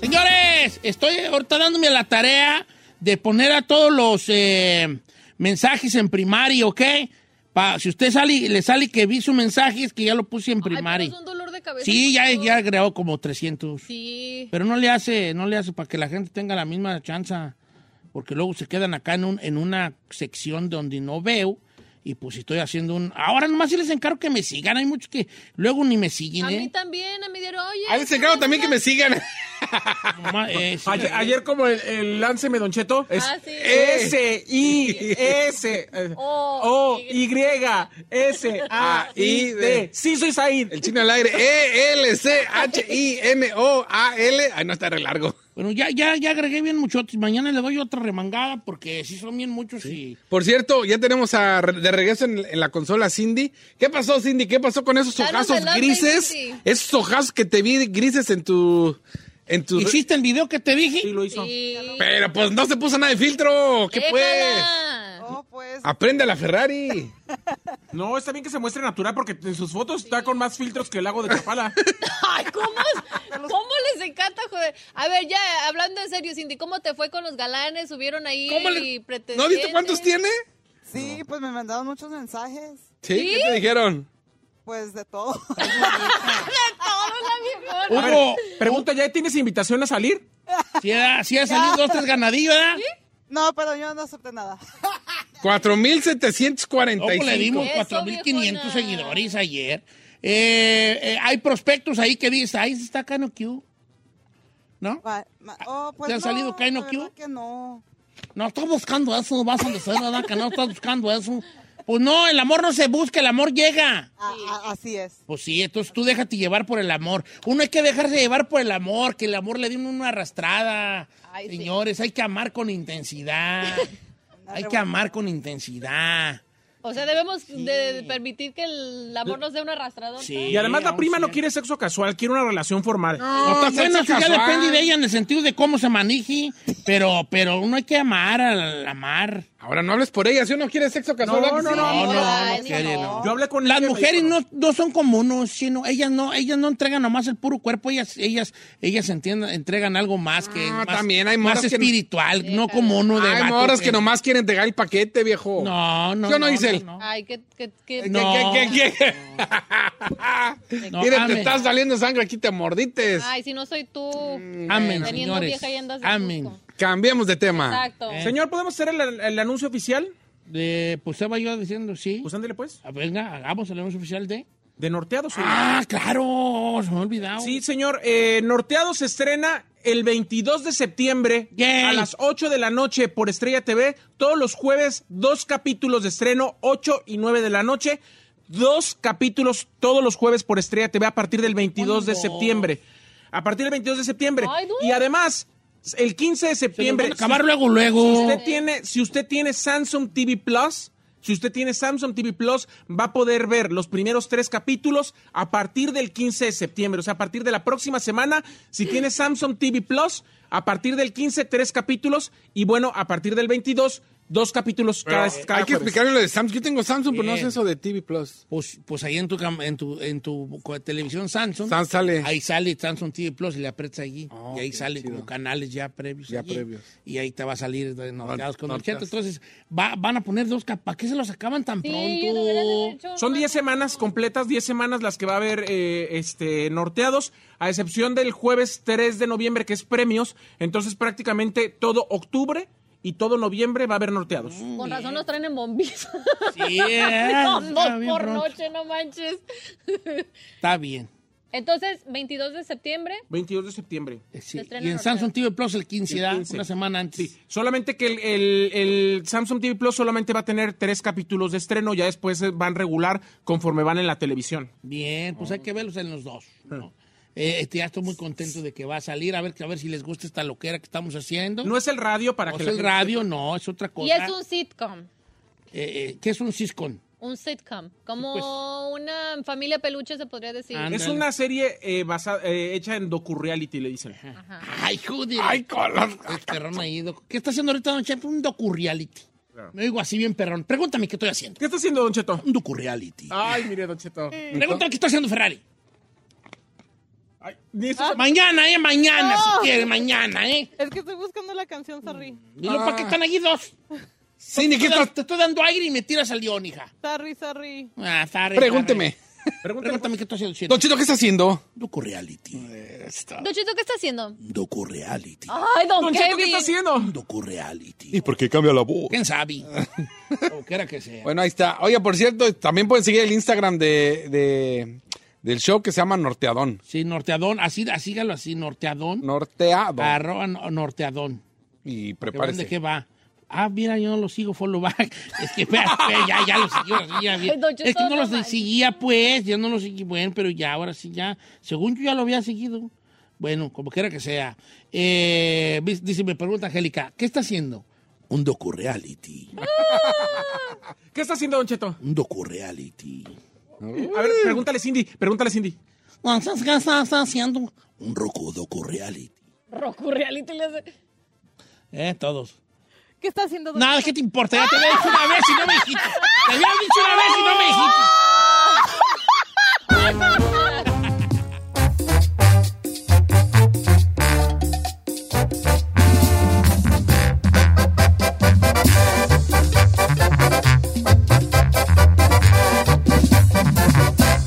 Señores, estoy ahorita dándome la tarea de poner a todos los eh, mensajes en primario, ¿ok? Pa- si usted sale, le sale que vi su mensaje, es que ya lo puse en Ay, primario. pero es un dolor de cabeza. Sí, ya, doctor. ya creó como 300. Sí. Pero no le hace, no le hace para que la gente tenga la misma chance, porque luego se quedan acá en, un- en una sección donde no veo y pues estoy haciendo un... Ahora nomás sí les encargo que me sigan, hay muchos que luego ni me siguen, A mí ¿eh? también, a mí dijeron, oye. A mí se encargo también que me sigan. Nomás, eh, sí, Ayer, ayer como el, el lánceme, Don Cheto. Es Ah, sí. S, I, S, eh, O, O, Y, S, A, I, D. Sí, soy Said. El chino al aire. E-L-C-H-I-M-O-A-L. Ay, no está re largo. Bueno, ya, ya, ya agregué bien muchos. Mañana le doy otra remangada porque sí son bien muchos y... Por cierto, ya tenemos a, re- de regreso en, en la consola a Cindy. ¿Qué pasó, Cindy? ¿Qué pasó con esos Danos ojazos el update, grises? Cindy. Esos ojazos que te vi grises en tu. En tu ¿Hiciste el video que te dije? Sí, lo hizo. Sí. Pero pues no se puso nada de filtro. ¿Qué pues? Déjala. No, pues. Aprende a la Ferrari. No, está bien que se muestre natural porque en sus fotos está con más filtros que el lago de Chapala. Ay, ¿cómo, es- ¿cómo les encanta, joder? A ver, ya, hablando en serio, Cindy, ¿cómo te fue con los galanes? ¿Subieron ahí ¿Cómo le- y ¿No pretendientes? viste cuántos tiene? Sí, pues me mandaron muchos mensajes. ¿Sí? ¿Qué te dijeron? Pues de todo. Todos la viejona. Hugo, Pregunta, ¿ya tienes invitación a salir? si ha, sí ha salido dos, tres ganadillos, ¿verdad? No, pero yo no acepté nada. 4745. Ojo, le dimos Eso, 4.500 viejona. seguidores ayer. Eh, eh, hay prospectos ahí que dicen, ahí está Cano Q. ¿No? Va- ma- Oh, pues ¿Te han no, salido Kaino la verdad Q? que no. No, estás buscando eso, vas a decir, ¿verdad? Que no estás buscando eso. Pues no, el amor no se busca, el amor llega. A- a- así es. Pues sí, entonces tú déjate llevar por el amor. Uno hay que dejarse llevar por el amor, que el amor le dé uno una arrastrada. Ay, sí. Señores, hay que amar con intensidad. hay que amar con intensidad. O sea, debemos de permitir que el amor nos dé un arrastrador. Sí, Y además la aún prima sí. no quiere sexo casual, quiere una relación formal. No, No, está bueno, sexo eso ya casual. depende de ella en el sentido de cómo se maneje, pero, pero uno hay que amar al amar. Ahora no hables por ella. Si uno quiere sexo casual, No, ¿verdad que no, sí? No, no, no, Ay, no no. quiere, no. Yo hablé con Las ella y me mujeres dijo, no, no son como uno, sino ellas no, ellas no entregan nomás el puro cuerpo, ellas, ellas, ellas entienden, entregan algo más que es Ah, más, también hay más morras que- espiritual, no como uno de Hay vato moras que que- nomás quieren dejar el paquete, viejo. No, no. Yo no hice el- No, Ay, que, que, que- No. ¿Qué, qué, qué, qué? No, Mira, amen. te estás saliendo sangre, aquí te mordites. Ay, si no soy tú. Amén, Pues- Teniendo Mm, señores. vieja y andas de Amén. busco. Cambiemos de tema. Exacto. Señor, ¿podemos hacer el, el anuncio oficial? Eh, pues estaba yo diciendo sí. Pues ándele pues. Ah, Venga, hagamos el anuncio oficial de. De Norteados. señor. Ah, claro, se me ha olvidado. Sí, señor. Eh, Norteado se estrena el 22 de septiembre Yay. a las 8 de la noche por Estrella TV. Todos los jueves, dos capítulos de estreno, 8 y 9 de la noche. Dos capítulos todos los jueves por Estrella TV a partir del 22 de Vámonos. septiembre. A partir del 22 de septiembre. Ay, dude. y además, el 15 de Se nos van septiembre. a acabar luego, luego. Si usted tiene, si usted tiene Samsung TV Plus, si usted tiene Samsung TV Plus, va a poder ver los primeros tres capítulos a partir del 15 de septiembre. O sea, a partir de la próxima semana, si tiene Samsung TV Plus, a partir del 15, tres capítulos. Y bueno, a partir del 22, Dos capítulos cada, cada Hay que jueves. explicarle lo de Samsung. Yo tengo Samsung, pero no Bien. sé eso de TV Plus. Pues, pues ahí en tu, cam- en tu, en tu co- televisión Samsung, Sam sale. ahí sale Samsung TV Plus y le aprietas allí. Ah, y ahí qué salen chido. como canales ya previos. Ya allí. previos. Y ahí te va a salir de novedades con novedades. Norcheta. Entonces, va- van a poner dos capas. ¿Para qué se los sacaban tan yo debería de haber pronto? hecho Son una- 10 semanas completas, 10 semanas las que va a haber eh, este, norteados, a excepción del jueves 3 de noviembre, que es premios. Entonces, prácticamente todo octubre y todo noviembre va a haber norteados. Con razón nos traen en bombillas. Sí, eh, Son dos está bien por pronto. noche, no manches. Está bien. Entonces, 22 de septiembre. 22 de septiembre. Eh, Sí, estrena Y en Norteados. Samsung TV Plus el 15, El ¿da? 15. una semana antes. Sí, solamente que el, el- el Samsung TV Plus solamente va a tener tres capítulos de estreno, ya después eh, van regular conforme van en la televisión. Bien, pues hay Ah. que verlos en los dos. ¿no? Eh, este, ya estoy muy contento de que va a salir. A ver, a ver si les gusta esta loquera que estamos haciendo. No es el radio para No que es la el gente- radio, no, es otra cosa. Y es un sitcom. Eh, eh, ¿Qué es un Ciscon? Un sitcom. Como una familia peluche, se podría decir. Ah, Es una serie eh, basa- eh, hecha en docu-reality, le dicen. Ay, joder. Ay, color. perrón ahí. doc. ¿Qué está haciendo ahorita, don Chepe? Un docu-reality. Me digo así bien perrón. Pregúntame qué estoy haciendo. ¿Qué está haciendo Don Cheto? Un docu-reality. Ay, mire, Don Cheto. Pregúntame qué está haciendo Ferrari. Ay, ni eso se- Mañana, eh, mañana, Ah. No. si quiere, mañana, eh. Es que estoy buscando la canción, sorry. Mm, Ah, Dilo, ¿para Ah. qué están allí dos? Cindy, ¿qué Te, estás? te estoy dando aire y me tiras al león, hija. Sorry, sorry. Ah, zarre, Pregúnteme. zarre. Pregúntale, pues. Pregúntame qué estoy haciendo. Don siento. Chito, ¿qué está haciendo? Docu-reality. Dochito, ¿qué está haciendo? Docu-reality. Ay, don, Don Cheto, ¿qué Kevin. está haciendo? Docu-reality. por qué cambia la voz? ¿Quién sabe? o quiera que sea. Bueno, ahí está. Oye, por cierto, también pueden seguir el Instagram de, de- del show que se llama Norteadón. Sí, norteadón. Así, sígalo así, norteadón. Norteado. Arroba no- norteadón. y Que van ¿De prepárese. qué va? Ah, mira, yo no lo sigo, follow back. Es que, espera, espera, ya, ya lo siguió. así, ya, bien. Ay, don Cheto, es que no no los manches. seguía, pues. Yo no los seguí, bueno, pero ya, ahora sí, ya. Según yo ya lo había seguido. Bueno, como quiera que sea. Eh, vis- dice, me pregunta Angélica, ¿qué está haciendo? Un docu-reality. ¿Qué está haciendo Don Cheto? Un docu-reality. A ver, pregúntale Cindy, pregúntale Cindy. Entonces, ¿Qué está, está haciendo? Un roco docu-reality. Roku Reality le hace. Eh, todos. ¿Qué está haciendo? Nada, ¿qué te importa? Ya te había dicho una vez y no me dijiste. Te había dicho una vez y no me dijiste.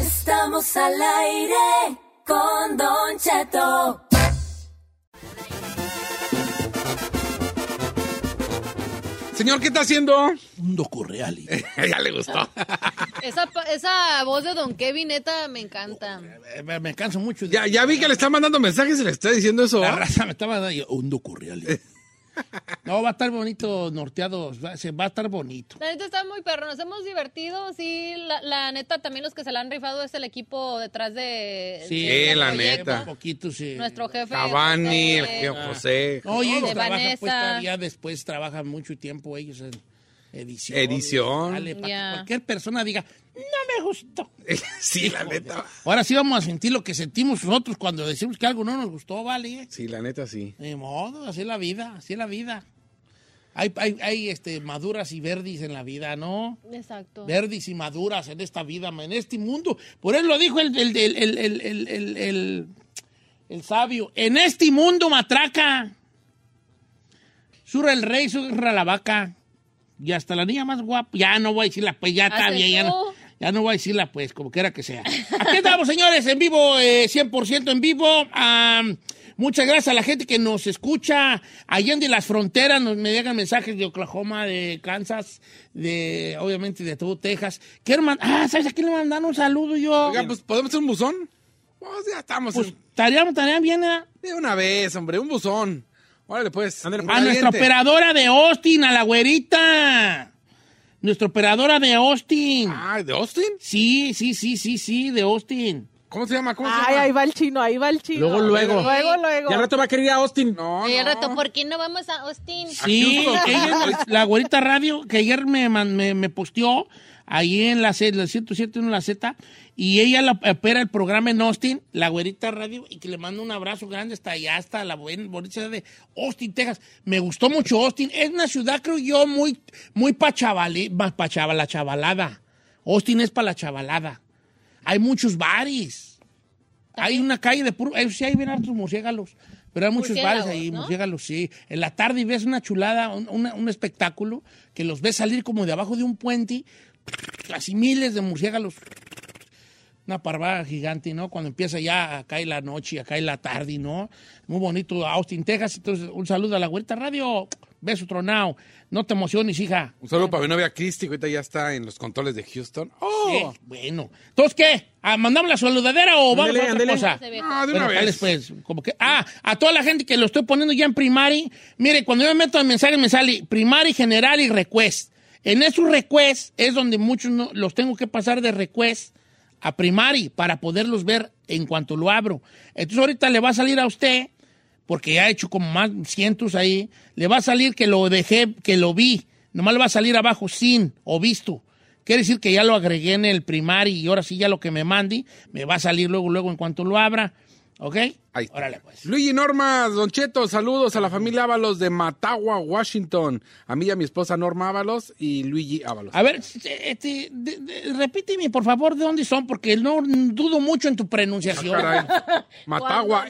Estamos al aire con Don Cheto. Señor, ¿qué está haciendo? Un docu-reality. ya le gustó. Esa, pa- esa voz de don Kevin, neta, me encanta. Eh, Me, me canso mucho. de- ya, ya vi que le está mandando mensajes y le está diciendo eso. La ¿ah? raza me estaba dando yo, un docu-reality. No, va a estar bonito, norteado. Va, se- va a estar bonito. La neta está muy perro, nos hemos divertido, sí, la, la neta también los que se la han rifado es el equipo detrás de... Sí, del la proyecto. neta. Un poquito, sí. Nuestro jefe. Cavani, el José. Geo José, No, y ellos De trabajan, Vanessa. pues todavía después trabajan mucho tiempo ellos en Eh, edición. Edición. Dale, para Ya. que cualquier persona diga, no me gustó. eh, sí, la neta. Ahora sí vamos a sentir lo que sentimos nosotros cuando decimos que algo no nos gustó, ¿vale? Sí, la neta, sí. Ni modo, así es la vida, así es la vida. Hay, hay, hay, este, maduras y verdis en la vida, ¿no? Exacto. Verdis y maduras en esta vida, en este mundo. Por eso lo dijo el, el, el, el, el, el, el- el- el sabio. En este mundo, matraca. Surra el rey, surra la vaca. Y hasta la niña más guapa. Ya no voy a decirla, pues ya está Haces bien. Ya no, tú. ya no voy a decirla, pues, como quiera que sea. Aquí estamos, señores, en vivo, eh, 100% en vivo. Am, muchas gracias a la gente que nos escucha. Allende las fronteras nos me llegan mensajes de Oklahoma, de Kansas, de, obviamente, de todo Texas. Quiero mandar, ah, ¿sabes a quién le mandaron un saludo yo? Oiga, pues, ¿podemos hacer un buzón? Pues ya estamos. pues, en- tareamos, tareamos bien, ¿eh? De una vez, hombre, un buzón. Órale, pues. Ándale, A nuestra Caliente. operadora de Austin, a la güerita. Nuestra operadora de Austin. Ah, ¿de Austin? Sí, sí, sí, sí, sí, de Austin. ¿Cómo se llama? ¿Cómo se Ay, llama? ahí va el chino, ahí va el chino. Luego, luego. Luego, luego. Ya al rato va a querer ir a Austin. No, Y el no. rato, ¿por qué no vamos a Austin? Sí, ella es la güerita radio que ayer me, man- me, me posteó ahí en la, C- la 107 en la Z, y ella la, opera el programa en Austin, la güerita radio, y que le mando un abrazo grande hasta allá, hasta la buena bonita ciudad de Austin, Texas. Me gustó mucho Austin, es una ciudad, creo yo, muy, muy pa' chavali- ma- pa' chava- la chavalada. Austin es para la chavalada. Hay muchos bares. Hay una calle de puro. eh, sí, hay bien hartos murciélagos. Pero hay muchos Murciélagos, bares ahí, ¿no? murciélagos, sí. En la tarde ves una chulada, un, una- un espectáculo, que los ves salir como de abajo de un puente, así miles de murciélagos. Una parvada gigante, ¿no? Cuando empieza ya, acá y la noche, acá y la tarde, ¿no? Muy bonito, Austin, Texas. Entonces, un saludo a la Huerta Radio. Beso tronado. No te emociones, hija. Un saludo para mi novia Christy, que ahorita ya está en los controles de Houston. ¡Oh! Eh, bueno. Entonces, ¿qué? ¿Ah, ¿Mandamos la saludadera o vamos Ándele, a otra ándele. cosa? Se ve. Ah, de Bueno, una tal vez. es, pues, como que, ah, a toda la gente que lo estoy poniendo ya en primary, mire, cuando yo me meto en mensaje me sale primary, general y request. En esos request es donde muchos no- los tengo que pasar de request a primary para poderlos ver en cuanto lo abro. Entonces ahorita le va a salir a usted, porque ya he hecho como más cientos ahí, le va a salir que lo dejé, que lo vi, nomás le va a salir abajo sin o visto. Quiere decir que ya lo agregué en el primary y ahora sí ya lo que me mande me va a salir luego, luego en cuanto lo abra. ¿Ok? Ahí está. Órale, pues. Luigi Norma, Don Cheto, saludos a la familia Ábalos de Matagua, Washington. A mí y a mi esposa Norma Ábalos y Luigi Ábalos. A ver, este, de- de- repíteme por favor de dónde son, porque no dudo mucho en tu pronunciación. Ah, Caray. Matagua,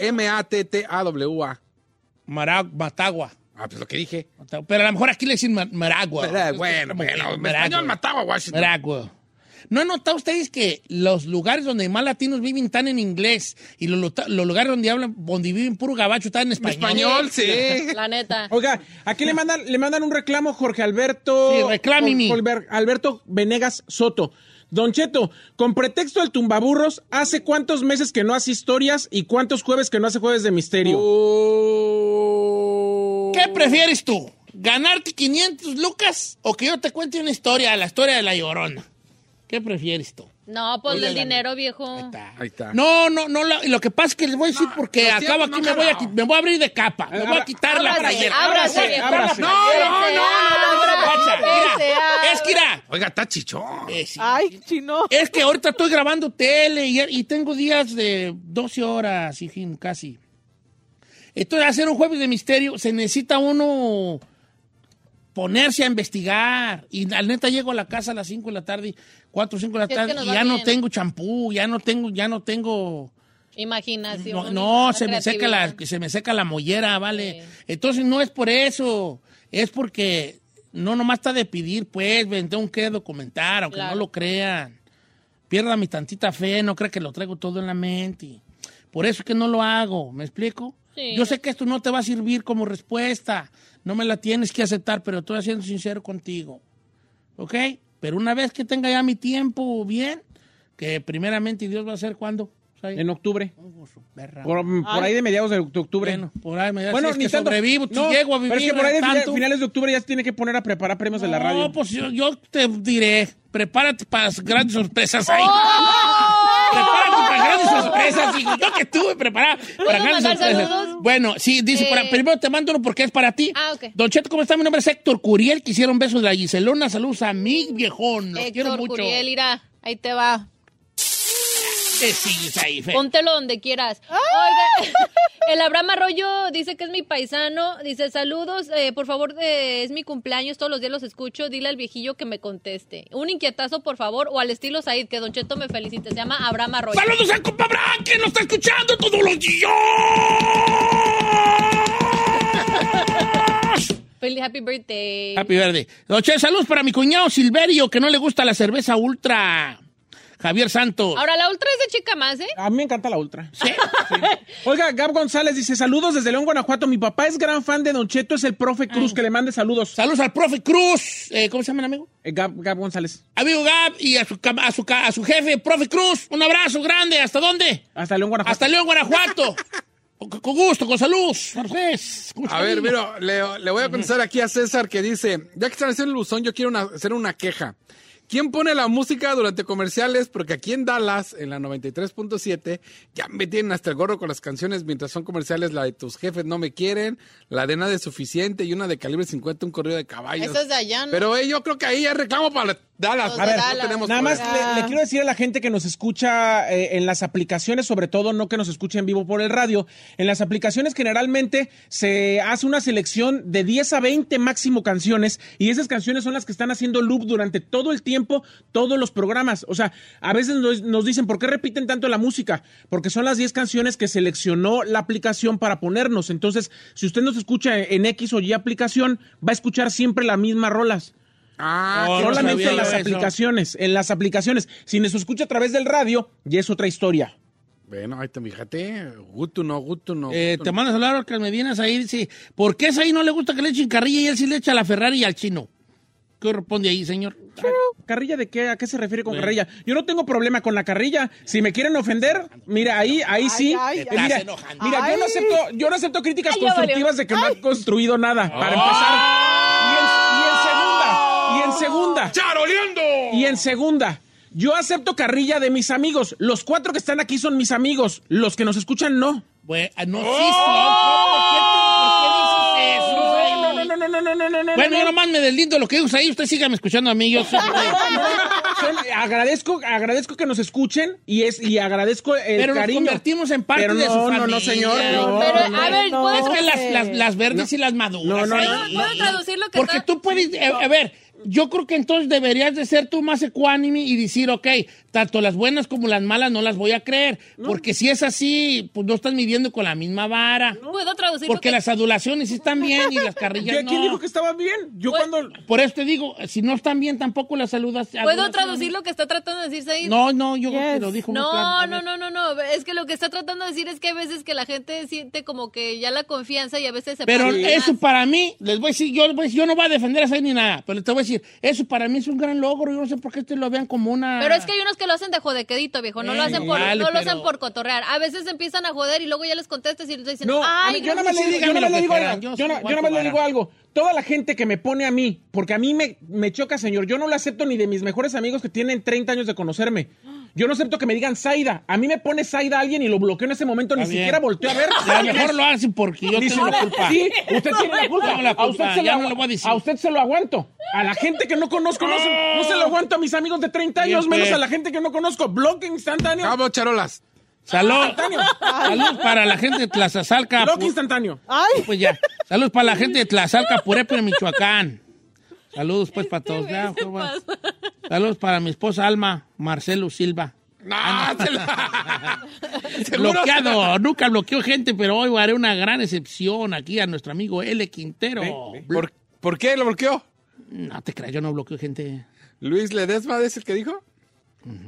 M-A-T-T-A-W-A. Mara- Matagua. Ah, pues lo que dije. Matagua. Pero a lo mejor aquí le dicen Ma- Maragua. Pero, bueno, Como bueno, que en Maragua. español Matagua, Washington. Maragua. ¿No han notado ustedes que los lugares donde más latinos viven están en inglés y los, lota- los lugares donde hablan, donde viven puro gabacho están en español? Español, sí. La neta. Oiga, aquí le mandan, le mandan un reclamo Jorge Alberto. Sí, reclámeme. Jorge Alber- Alberto Venegas Soto. Don Cheto, con pretexto del tumbaburros, ¿hace cuántos meses que no hace historias y cuántos jueves que no hace jueves de misterio? ¿Qué prefieres tú? ¿Ganarte 500 lucas o que yo te cuente una historia, la historia de la llorona? ¿Qué prefieres tú? No, pues Oiga, el la- dinero, viejo. Ahí está. Ahí está. No, no, no. Lo, lo que pasa es que les voy a decir porque lo acabo siento, no aquí, me, me voy a, lo- qui- me voy a abrir de capa. me voy a quitar la Ábrase, playera. ábrase, Ábrase, viejo. ábrase. No, no, no, no, no, no, no, Ábrase, mira, ábrase. Es que irá. Oiga, está chichón. Ay, chino. Eh, Es que ahorita estoy grabando tele y, y tengo días de 12 horas, hijín, casi. Entonces, hacer un jueves de misterio, se necesita uno ponerse a investigar. Y la neta llego a la casa a las 5 de la tarde, 4 o 5 de la Si es que tarde, nos y va ya no bien. tengo champú, ya no tengo, ya no tengo. Imaginación. No, no, la se me seca creatividad. la, se me seca la mollera, vale. Entonces no es por eso, es porque no nomás está de pedir, pues, ven, tengo que documentar, aunque Claro. no lo crean. Pierda mi tantita fe, no crea que lo traigo todo en la mente. Por eso es que no lo hago, ¿me explico? Sí. Yo sé que esto no te va a servir como respuesta, no me la tienes que aceptar, pero estoy siendo sincero contigo. ¿Ok? Pero una vez que tenga ya mi tiempo bien, que primeramente Dios va a ser cuando. En octubre. Por, mm, por Ay. ahí de mediados de oct- octubre. Bueno, por ahí me da Bueno, si es ni que tanto. sobrevivo, tú No, llego a vivir Pero es que por ahí de fina- tanto. finales de octubre ya se tiene que poner a preparar premios de la radio. No, pues yo, yo te diré, prepárate para las grandes sorpresas ahí. ¡Oh! Prepárate para grandes sorpresas, hijo. Yo que estuve preparada para grandes mandar sorpresas. saludos? Bueno, sí, dice, Eh. para- primero te mando uno porque es para ti. Ah, ok. Don Cheto, ¿cómo está? Mi nombre es Héctor Curiel, que hicieron besos de la Giselona. Saludos a mi viejón, los quiero Héctor mucho. Curiel, irá. Ahí te va. Te sigues ahí, fe. Póntelo donde quieras. Oiga, el Abraham Arroyo dice que es mi paisano. Dice, saludos, eh, por favor, eh, es mi cumpleaños, todos los días los escucho. Dile al viejillo que me conteste. Un inquietazo, por favor, o al estilo Said, que Don Cheto me felicite. Se llama Abraham Arroyo. ¡Saludos a compa Bran, que nos está escuchando todos los días! Feliz happy birthday. Happy Verde. Noche, saludos para mi cuñado Silverio, que no le gusta la cerveza ultra. Javier Santos. Ahora, la ultra es de chica más, ¿eh? A mí me encanta la ultra. Sí. Oiga, Gab González dice, saludos desde León, Guanajuato. Mi papá es gran fan de Don Cheto, es el profe Cruz que le mande saludos. Ah. Saludos al profe Cruz. Eh, ¿Cómo se llama el amigo? Eh, Gab, Gab González. Amigo Gab y a su, cam- a su, ca- a su jefe, profe Cruz. Un abrazo grande. ¿Hasta dónde? Hasta León, Guanajuato. Hasta León, Guanajuato. Con, con gusto, con salud. Marcés. Con mucho A ver, cariño. mira, le, le voy a contestar aquí a César que dice, ya que están haciendo el buzón, yo quiero una- hacer una queja. ¿Quién pone la música durante comerciales? Porque aquí en Dallas, en la 93.7, ya me tienen hasta el gorro con las canciones mientras son comerciales, la de tus jefes no me quieren, la de nada es suficiente y una de calibre 50, un corrido de caballos. Eso es de allá, ¿no? Pero eh, yo creo que ahí ya reclamo para Dallas, A ver, no tenemos Nada más problema. le, le quiero decir a la gente que nos escucha eh, en las aplicaciones, sobre todo no que nos escuche en vivo por el radio, en las aplicaciones generalmente se hace una selección de 10 a 20 máximo canciones y esas canciones son las que están haciendo loop durante todo el tiempo, todos los programas. O sea, a veces nos, nos dicen, ¿por qué repiten tanto la música? Porque son las 10 canciones que seleccionó la aplicación para ponernos. Entonces, si usted nos escucha en X o Y aplicación, va a escuchar siempre las mismas rolas. Ah, Oh, que no no Solamente sabía en yo las eso. aplicaciones, en las aplicaciones. Si nos escucha a través del radio, ya es otra historia. Bueno, ahí te fíjate. Good to know, good to know. Eh, good to te know. mandas a hablar a Medinas ahí dice, ¿por qué ahí no le gusta que le echen carrilla y él sí le echa a la Ferrari y al chino? ¿Qué responde ahí, señor? ¿Carrilla de qué? ¿A qué se refiere con carrilla? Yo no tengo problema con la carrilla. Si me quieren ofender, mira, ahí, ahí sí. ay, eh, ay. mira, Estás enojando. mira, yo no Ay. acepto, yo no acepto críticas Ay, ya valió. constructivas de que no has construido nada. Para Oh. empezar. Y en- Y en, segunda, y en segunda. ¡Charoleando! Y en segunda, yo acepto carrilla de mis amigos. Los cuatro que están aquí son mis amigos. Los que nos escuchan, no. Oh. Bueno, ah, no, sí, sí. ¿Por qué, por qué dices eso? Said? No, no, no, no, no, no, no, no, no. Bueno, no. yo nomás me deslindo lo que digo ahí. Usted sígame escuchando a mí. Yo soy- Son- agradezco, agradezco que nos escuchen y es y agradezco el Pero nos cariño. convertimos en parte Pero de no, su familia. no, no, señor. No, Pero, no, a ver, no. ¿puedes, Es que las, las, las verdes y las maduras. No, ¿eh? no, no. ahí. ¿puedo traducir lo que Porque está- tú puedes, eh, a ver, yo creo que entonces deberías de ser tú más ecuánime y decir, ok, tanto las buenas como las malas no las voy a creer, porque si es así, pues no estás midiendo con la misma vara, ¿Puedo traducir porque lo que las adulaciones sí están bien y las ¿Qué- carrillas no. ¿Quién dijo que estaba bien? Yo Pues- cuando Por eso te digo, si no están bien tampoco las saludas. ¿Puedo traducir lo que está tratando de decirse ahí? No, no, yo creo que Yes. lo dijo. muy claro. No, A no, ver. no, no, no. Es que lo que está tratando de decir es que a veces que la gente siente como que ya la confianza y a veces se Pero pasan más. eso para mí, les voy a decir, yo, les voy a decir, yo no voy a defender a Zayn ni nada, pero te voy a decir, eso para mí es un gran logro, yo no sé por qué ustedes lo vean como una... Pero es que hay unos que lo hacen de jodequedito, viejo. No Eh, lo hacen por, vale, no lo pero- hacen por cotorrear. A veces empiezan a joder y luego ya les contestas y les dicen, No, a ay, mí- yo nada más sí, le digo, yo dígame nada más lo le que digo quieran, algo. yo Yo no- yo soy nada guapo más le digo vara. algo. Toda la gente que me pone a mí, porque a mí me, me choca, señor. Yo no lo acepto ni de mis mejores amigos que tienen 30 años de conocerme. Yo no acepto que me digan Zaida. A mí me pone Zaida alguien y lo bloqueo en ese momento, ni Está bien. siquiera volteo a ver. Y A lo mejor lo hacen porque yo Ni tengo se la lo- culpa. Sí, usted tiene la culpa. Tengo la A usted culpa, se ya lo, no le voy a decir. a usted se lo aguanto. A la gente que no conozco, no se, no se lo aguanto a mis amigos de 30 Oh. Bien, años, menos pues. a la gente que no conozco. Bloque instantáneo. Cabo, charolas. Salud. Instantáneo. Salud para la gente de Tlazazalca. Bloque Pu- instantáneo. Ay, Pues ya. Salud para la gente de Tlazalca, Purepe, Michoacán. Saludos pues para todos. Ya, fue bueno. Saludos para mi esposa Alma Marcelo Silva. Ah, No, se la- Seguro- Bloqueado. Nunca bloqueó gente, pero hoy haré una gran excepción aquí a nuestro amigo L. Quintero. ¿Por, por qué lo bloqueó? No te creas, yo no bloqueo gente. Luis Ledesma, ¿es el que dijo?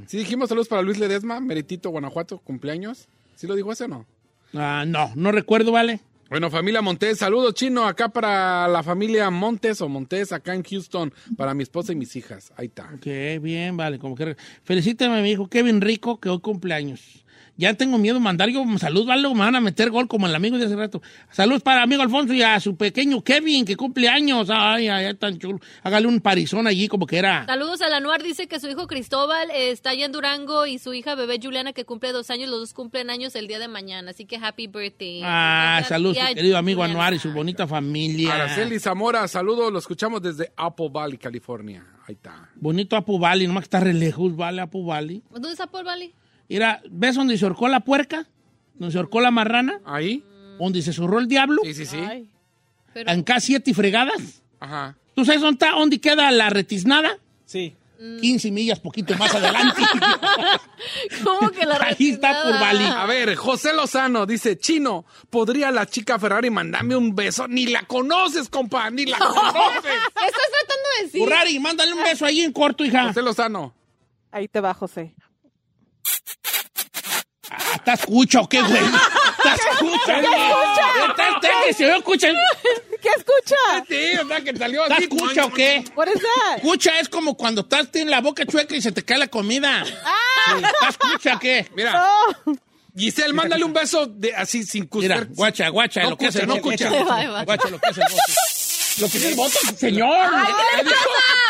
Sí, dijimos saludos para Luis Ledesma, Meritito, Guanajuato, cumpleaños. ¿Sí lo dijo ese o no? Ah, no, no recuerdo, ¿vale? Bueno, familia Montes, saludos chino acá para la familia Montes o Montes acá en Houston, para mi esposa y mis hijas. Ahí está. Ok, bien, vale, como que... Felicítame a mi hijo Kevin Rico, que hoy cumpleaños. Ya tengo miedo de mandar yo salud, vale, luego me van a meter gol como el amigo de hace rato. Salud para amigo Alfonso y a su pequeño Kevin, que cumple años. Ay, ay, ay, tan chulo. Hágale un parizón allí como que era. Saludos al Anuar, dice que su hijo Cristóbal eh, está allá en Durango y su hija bebé Juliana que cumple dos años, los dos cumplen años el día de mañana, así que happy birthday. Ah, Gracias, salud, tía su querido amigo Juliana. Anuar y su bonita familia. Araceli Zamora, saludos, lo escuchamos desde Apple Valley, California. Ahí está. Bonito Apu Valley, nomás que está re lejos, vale, Apu Valley. ¿Dónde está Paul Valley? Mira, ¿ves donde se horcó la puerca? ¿Donde se horcó la marrana? ¿Ahí? ¿Donde se zurró el diablo? Sí, sí, sí. ay. Pero- En K7 y fregadas. Ajá. ¿Tú sabes dónde, está- dónde queda la retiznada? Sí. 15 millas, poquito más adelante. ¿Cómo que la Ahí está refinada? por Bali. A ver, José Lozano dice, chino, ¿podría la chica Ferrari mandarme un beso? Ni la conoces, compa, ni la conoces. ¿Estás tratando de decir? Ferrari, mándale un beso ahí en corto, hija. José Lozano. Ahí te va, José. Ah, ¿Te escucho qué, güey? ¿Te escucho? ¿Te escucha? ¿Se escucha? ¿Qué escucha? Sí, o sea, que salió ¿Te así. escucha o qué? What is that? Escucha es como cuando estás en la boca chueca y se te cae la comida. Sí. ¿Te escucha o qué? Mira, Oh, Giselle, mándale un beso de, así sin Mira, cusper. guacha, guacha, No lo que es el escucha, no bote. escucha. Ahí va. Guacha, lo que es el bote. Lo que es el bote, Señor. Dijo,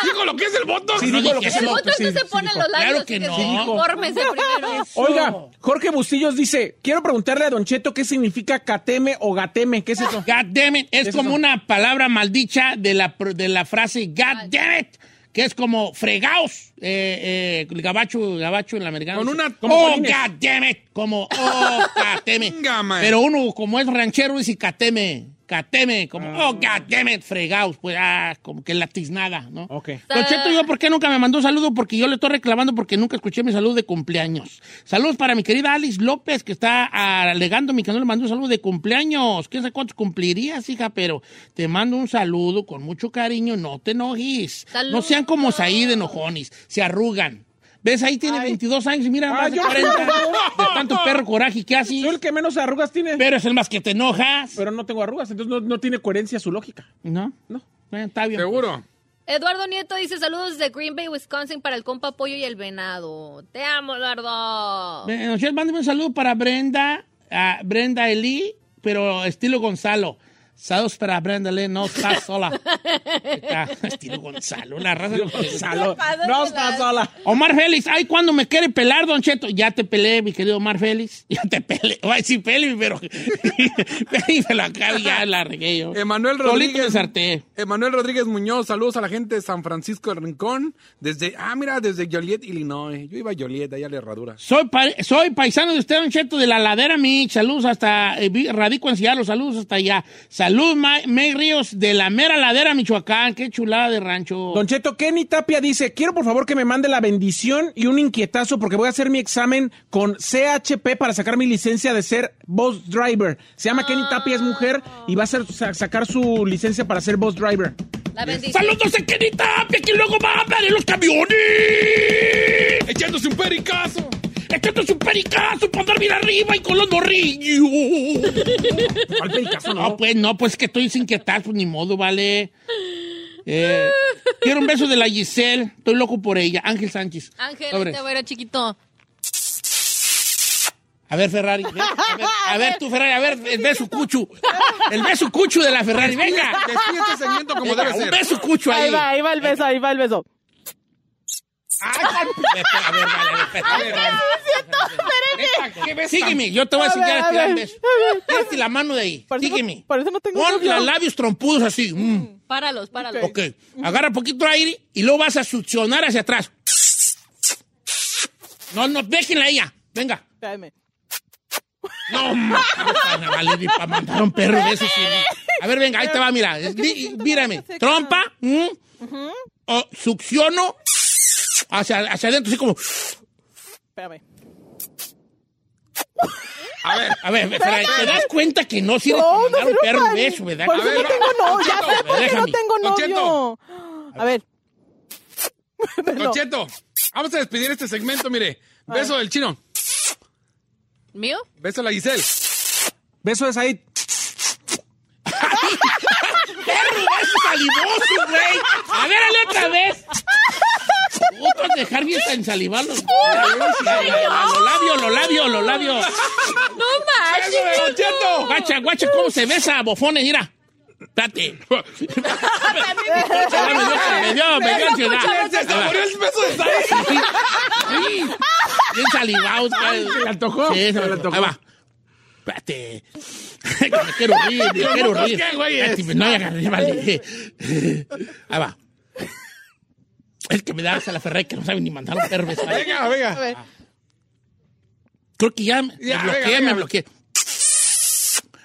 dijo lo que es el voto. Sí, digo lo que dije es El el eso. bote. voto sí, no se sí pone en dijo. los labios. Claro que así no. se infórmese primero. ¿eh? Oiga, Jorge Bustillos dice, quiero preguntarle a Don Cheto qué significa cateme o gateme. ¿Qué es eso? God damn it. Es Eso como son- una palabra maldicha de la, pro- de la frase God damn it. que es como fregaos, eh, eh, el gabacho, gabacho en la americana. Con una- Como como oh, Godínez. God damn it. Como, oh, cateme. Venga, man. Pero uno, como es ranchero, dice cateme, cateme. Como, Ah. oh, God damn it, fregaos. Pues, ah, como que la tiznada, ¿no? Ok. Don Cheto, ¿yo por qué nunca me mandó un saludo? Porque yo le estoy reclamando porque nunca escuché mi saludo de cumpleaños. Saludos para mi querida Alice López, que está alegando mi no le mandó un saludo de cumpleaños. ¿Quién sabe cuántos cumplirías, hija? Pero te mando un saludo con mucho cariño. No te enojes. Saludos. No sean como Saí de enojones. Se arrugan. ¿Ves? Ahí tiene 22 años y mira, más de yo- 40. De tanto perro coraje que haces. Ah, Soy el que menos arrugas tiene. Pero es el más que te enojas. Pero no tengo arrugas, entonces no, no tiene coherencia su lógica. ¿No? No. Bueno, está bien. pues. Seguro. Eduardo Nieto dice saludos desde Green Bay, Wisconsin para el compa Pollo y el Venado. Te amo, Eduardo. Bueno, Chef, mándeme un saludo para Brenda, a Brenda Eli, pero estilo Gonzalo. Saludos para Brenda Eli, no estás sola. Está, estilo Gonzalo, la raza de Gonzalo. No está sola. Omar Félix, ay, cuando me quiere pelar, Don Cheto. Ya te peleé, mi querido Omar Félix. Ya te peleé. Ay, sí, pele, pero. y me la acabo, ya la regué yo. Emanuel Solito me Rodríguez. sarté. Emanuel Rodríguez Muñoz, saludos a la gente de San Francisco del Rincón. Desde, ah, mira, desde Joliet, Illinois. Yo iba a Joliet, allá a la herradura. Soy, pa- soy paisano de usted, Don Cheto, de la ladera, Mitch. Saludos hasta. eh, vi- radico en Seattle, saludos hasta allá. Salud, Ma- May Ríos, de la mera ladera, Michoacán. Qué chulada de rancho. Don Cheto, Kenny Tapia dice, quiero por favor que me mande la bendición y un inquietazo porque voy a hacer mi examen con CHP para sacar mi licencia de ser bus driver. Se llama Kenny Tapia, es mujer y va a hacer- sa- sacar su licencia para ser bus driver. La bendición. ¡Saludos a Kenny Tapia, que luego va a andar en los camiones! ¡Echándose un pericazo! ¡Esto es un pericazo para andar bien arriba y con los morrillos! ¿Cuál Picasso, No, no? pues no, pues que estoy sin quietar, pues ni modo, vale. Eh, quiero un beso de la Giselle, estoy loco por ella. Ángel Sánchez. Ángel, Sobres. te voy a ir, chiquito. A ver, Ferrari. ven, a, ver, a ver, tú, Ferrari, a ver, el beso cuchu. El beso cuchu de la Ferrari, venga. Despide este segmento como debe un ser. beso cucho ahí. Ahí va, ahí va el beso, ahí va el beso. Ay, espera, a ver, vale, espera, a ver, vale. Neta, ¿Qué ves? Sígueme, yo te voy a A ver, enseñar a a tirar ver, beso. a ver. Tírate la mano de ahí, Por eso no- sígueme. por eso no tengo Pon novio. los labios trompudos así. mm. Páralos, páralos. Ok, agarra poquito aire y luego vas a succionar hacia atrás. No, no, déjenla a ella. Venga. Espérame. No, ma- Ana Valeria, pa' mandar un perro de esos, sí. A ver, venga, ahí te va, mira. Es- di- Mírame. seca. Trompa. ¿mm? O succiono hacia, hacia adentro, así como. Espérame. A ver, A ver, Ferrari, ¿te das cuenta que no sirve para No, no mandar sirve un perro para- de eso, verdad? Por eso ver, no tengo novio. Ya sé por qué no déjame. tengo Don Cheto. novio. A ver. Don Cheto, vamos a despedir este segmento, mire. Beso del chino. ¿Mío? Beso a la Giselle. Beso de Said. perro, eso es salivoso, güey. A ver, hazle otra vez. Puta, dejar bien tan salivados. Los labios, los labios, los labios. ¡No manches! Don Cheto! Guacha, guacha, ¿cómo se besa, bofones? Mira. Date. me dio, me dio ansiedad. ¡Se saboreó el beso de Said! Sí. Bien salivados. güey. Se le antojó. Sí, se Se me le antojó. antojó. Ahí va. Espérate. Que me quiero rir, me quiero rir. Espérate, pues, no, ya, ya, vale. Ahí va. Es que me da a la Ferrari que no sabe ni mandar un perro. ¿sabes? Venga, venga. Creo que ya me Ya, bloqueé, venga, me venga. bloqueé.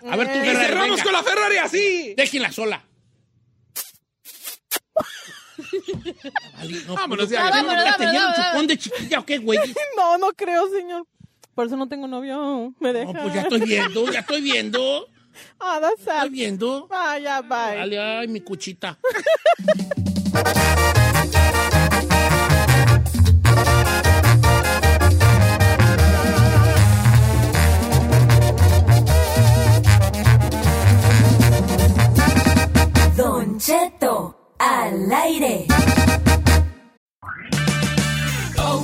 A ver, tú, Mm. Y Ferrari, cerramos venga. con la Ferrari así. Déjenla sola. Vale, no, Ah, Vámonos ya, pero- ¿Qué, vámonos, ¿Te vámonos, dieron vámonos. chupón de chiquilla o qué, güey? No, no creo, señor. Por eso no tengo novio. Me deja. No, pues ya estoy viendo, ya estoy viendo. Ah, that's sad. Estoy viendo. Vaya, bye. Dale, ay, mi cuchita. Don Cheto al aire. La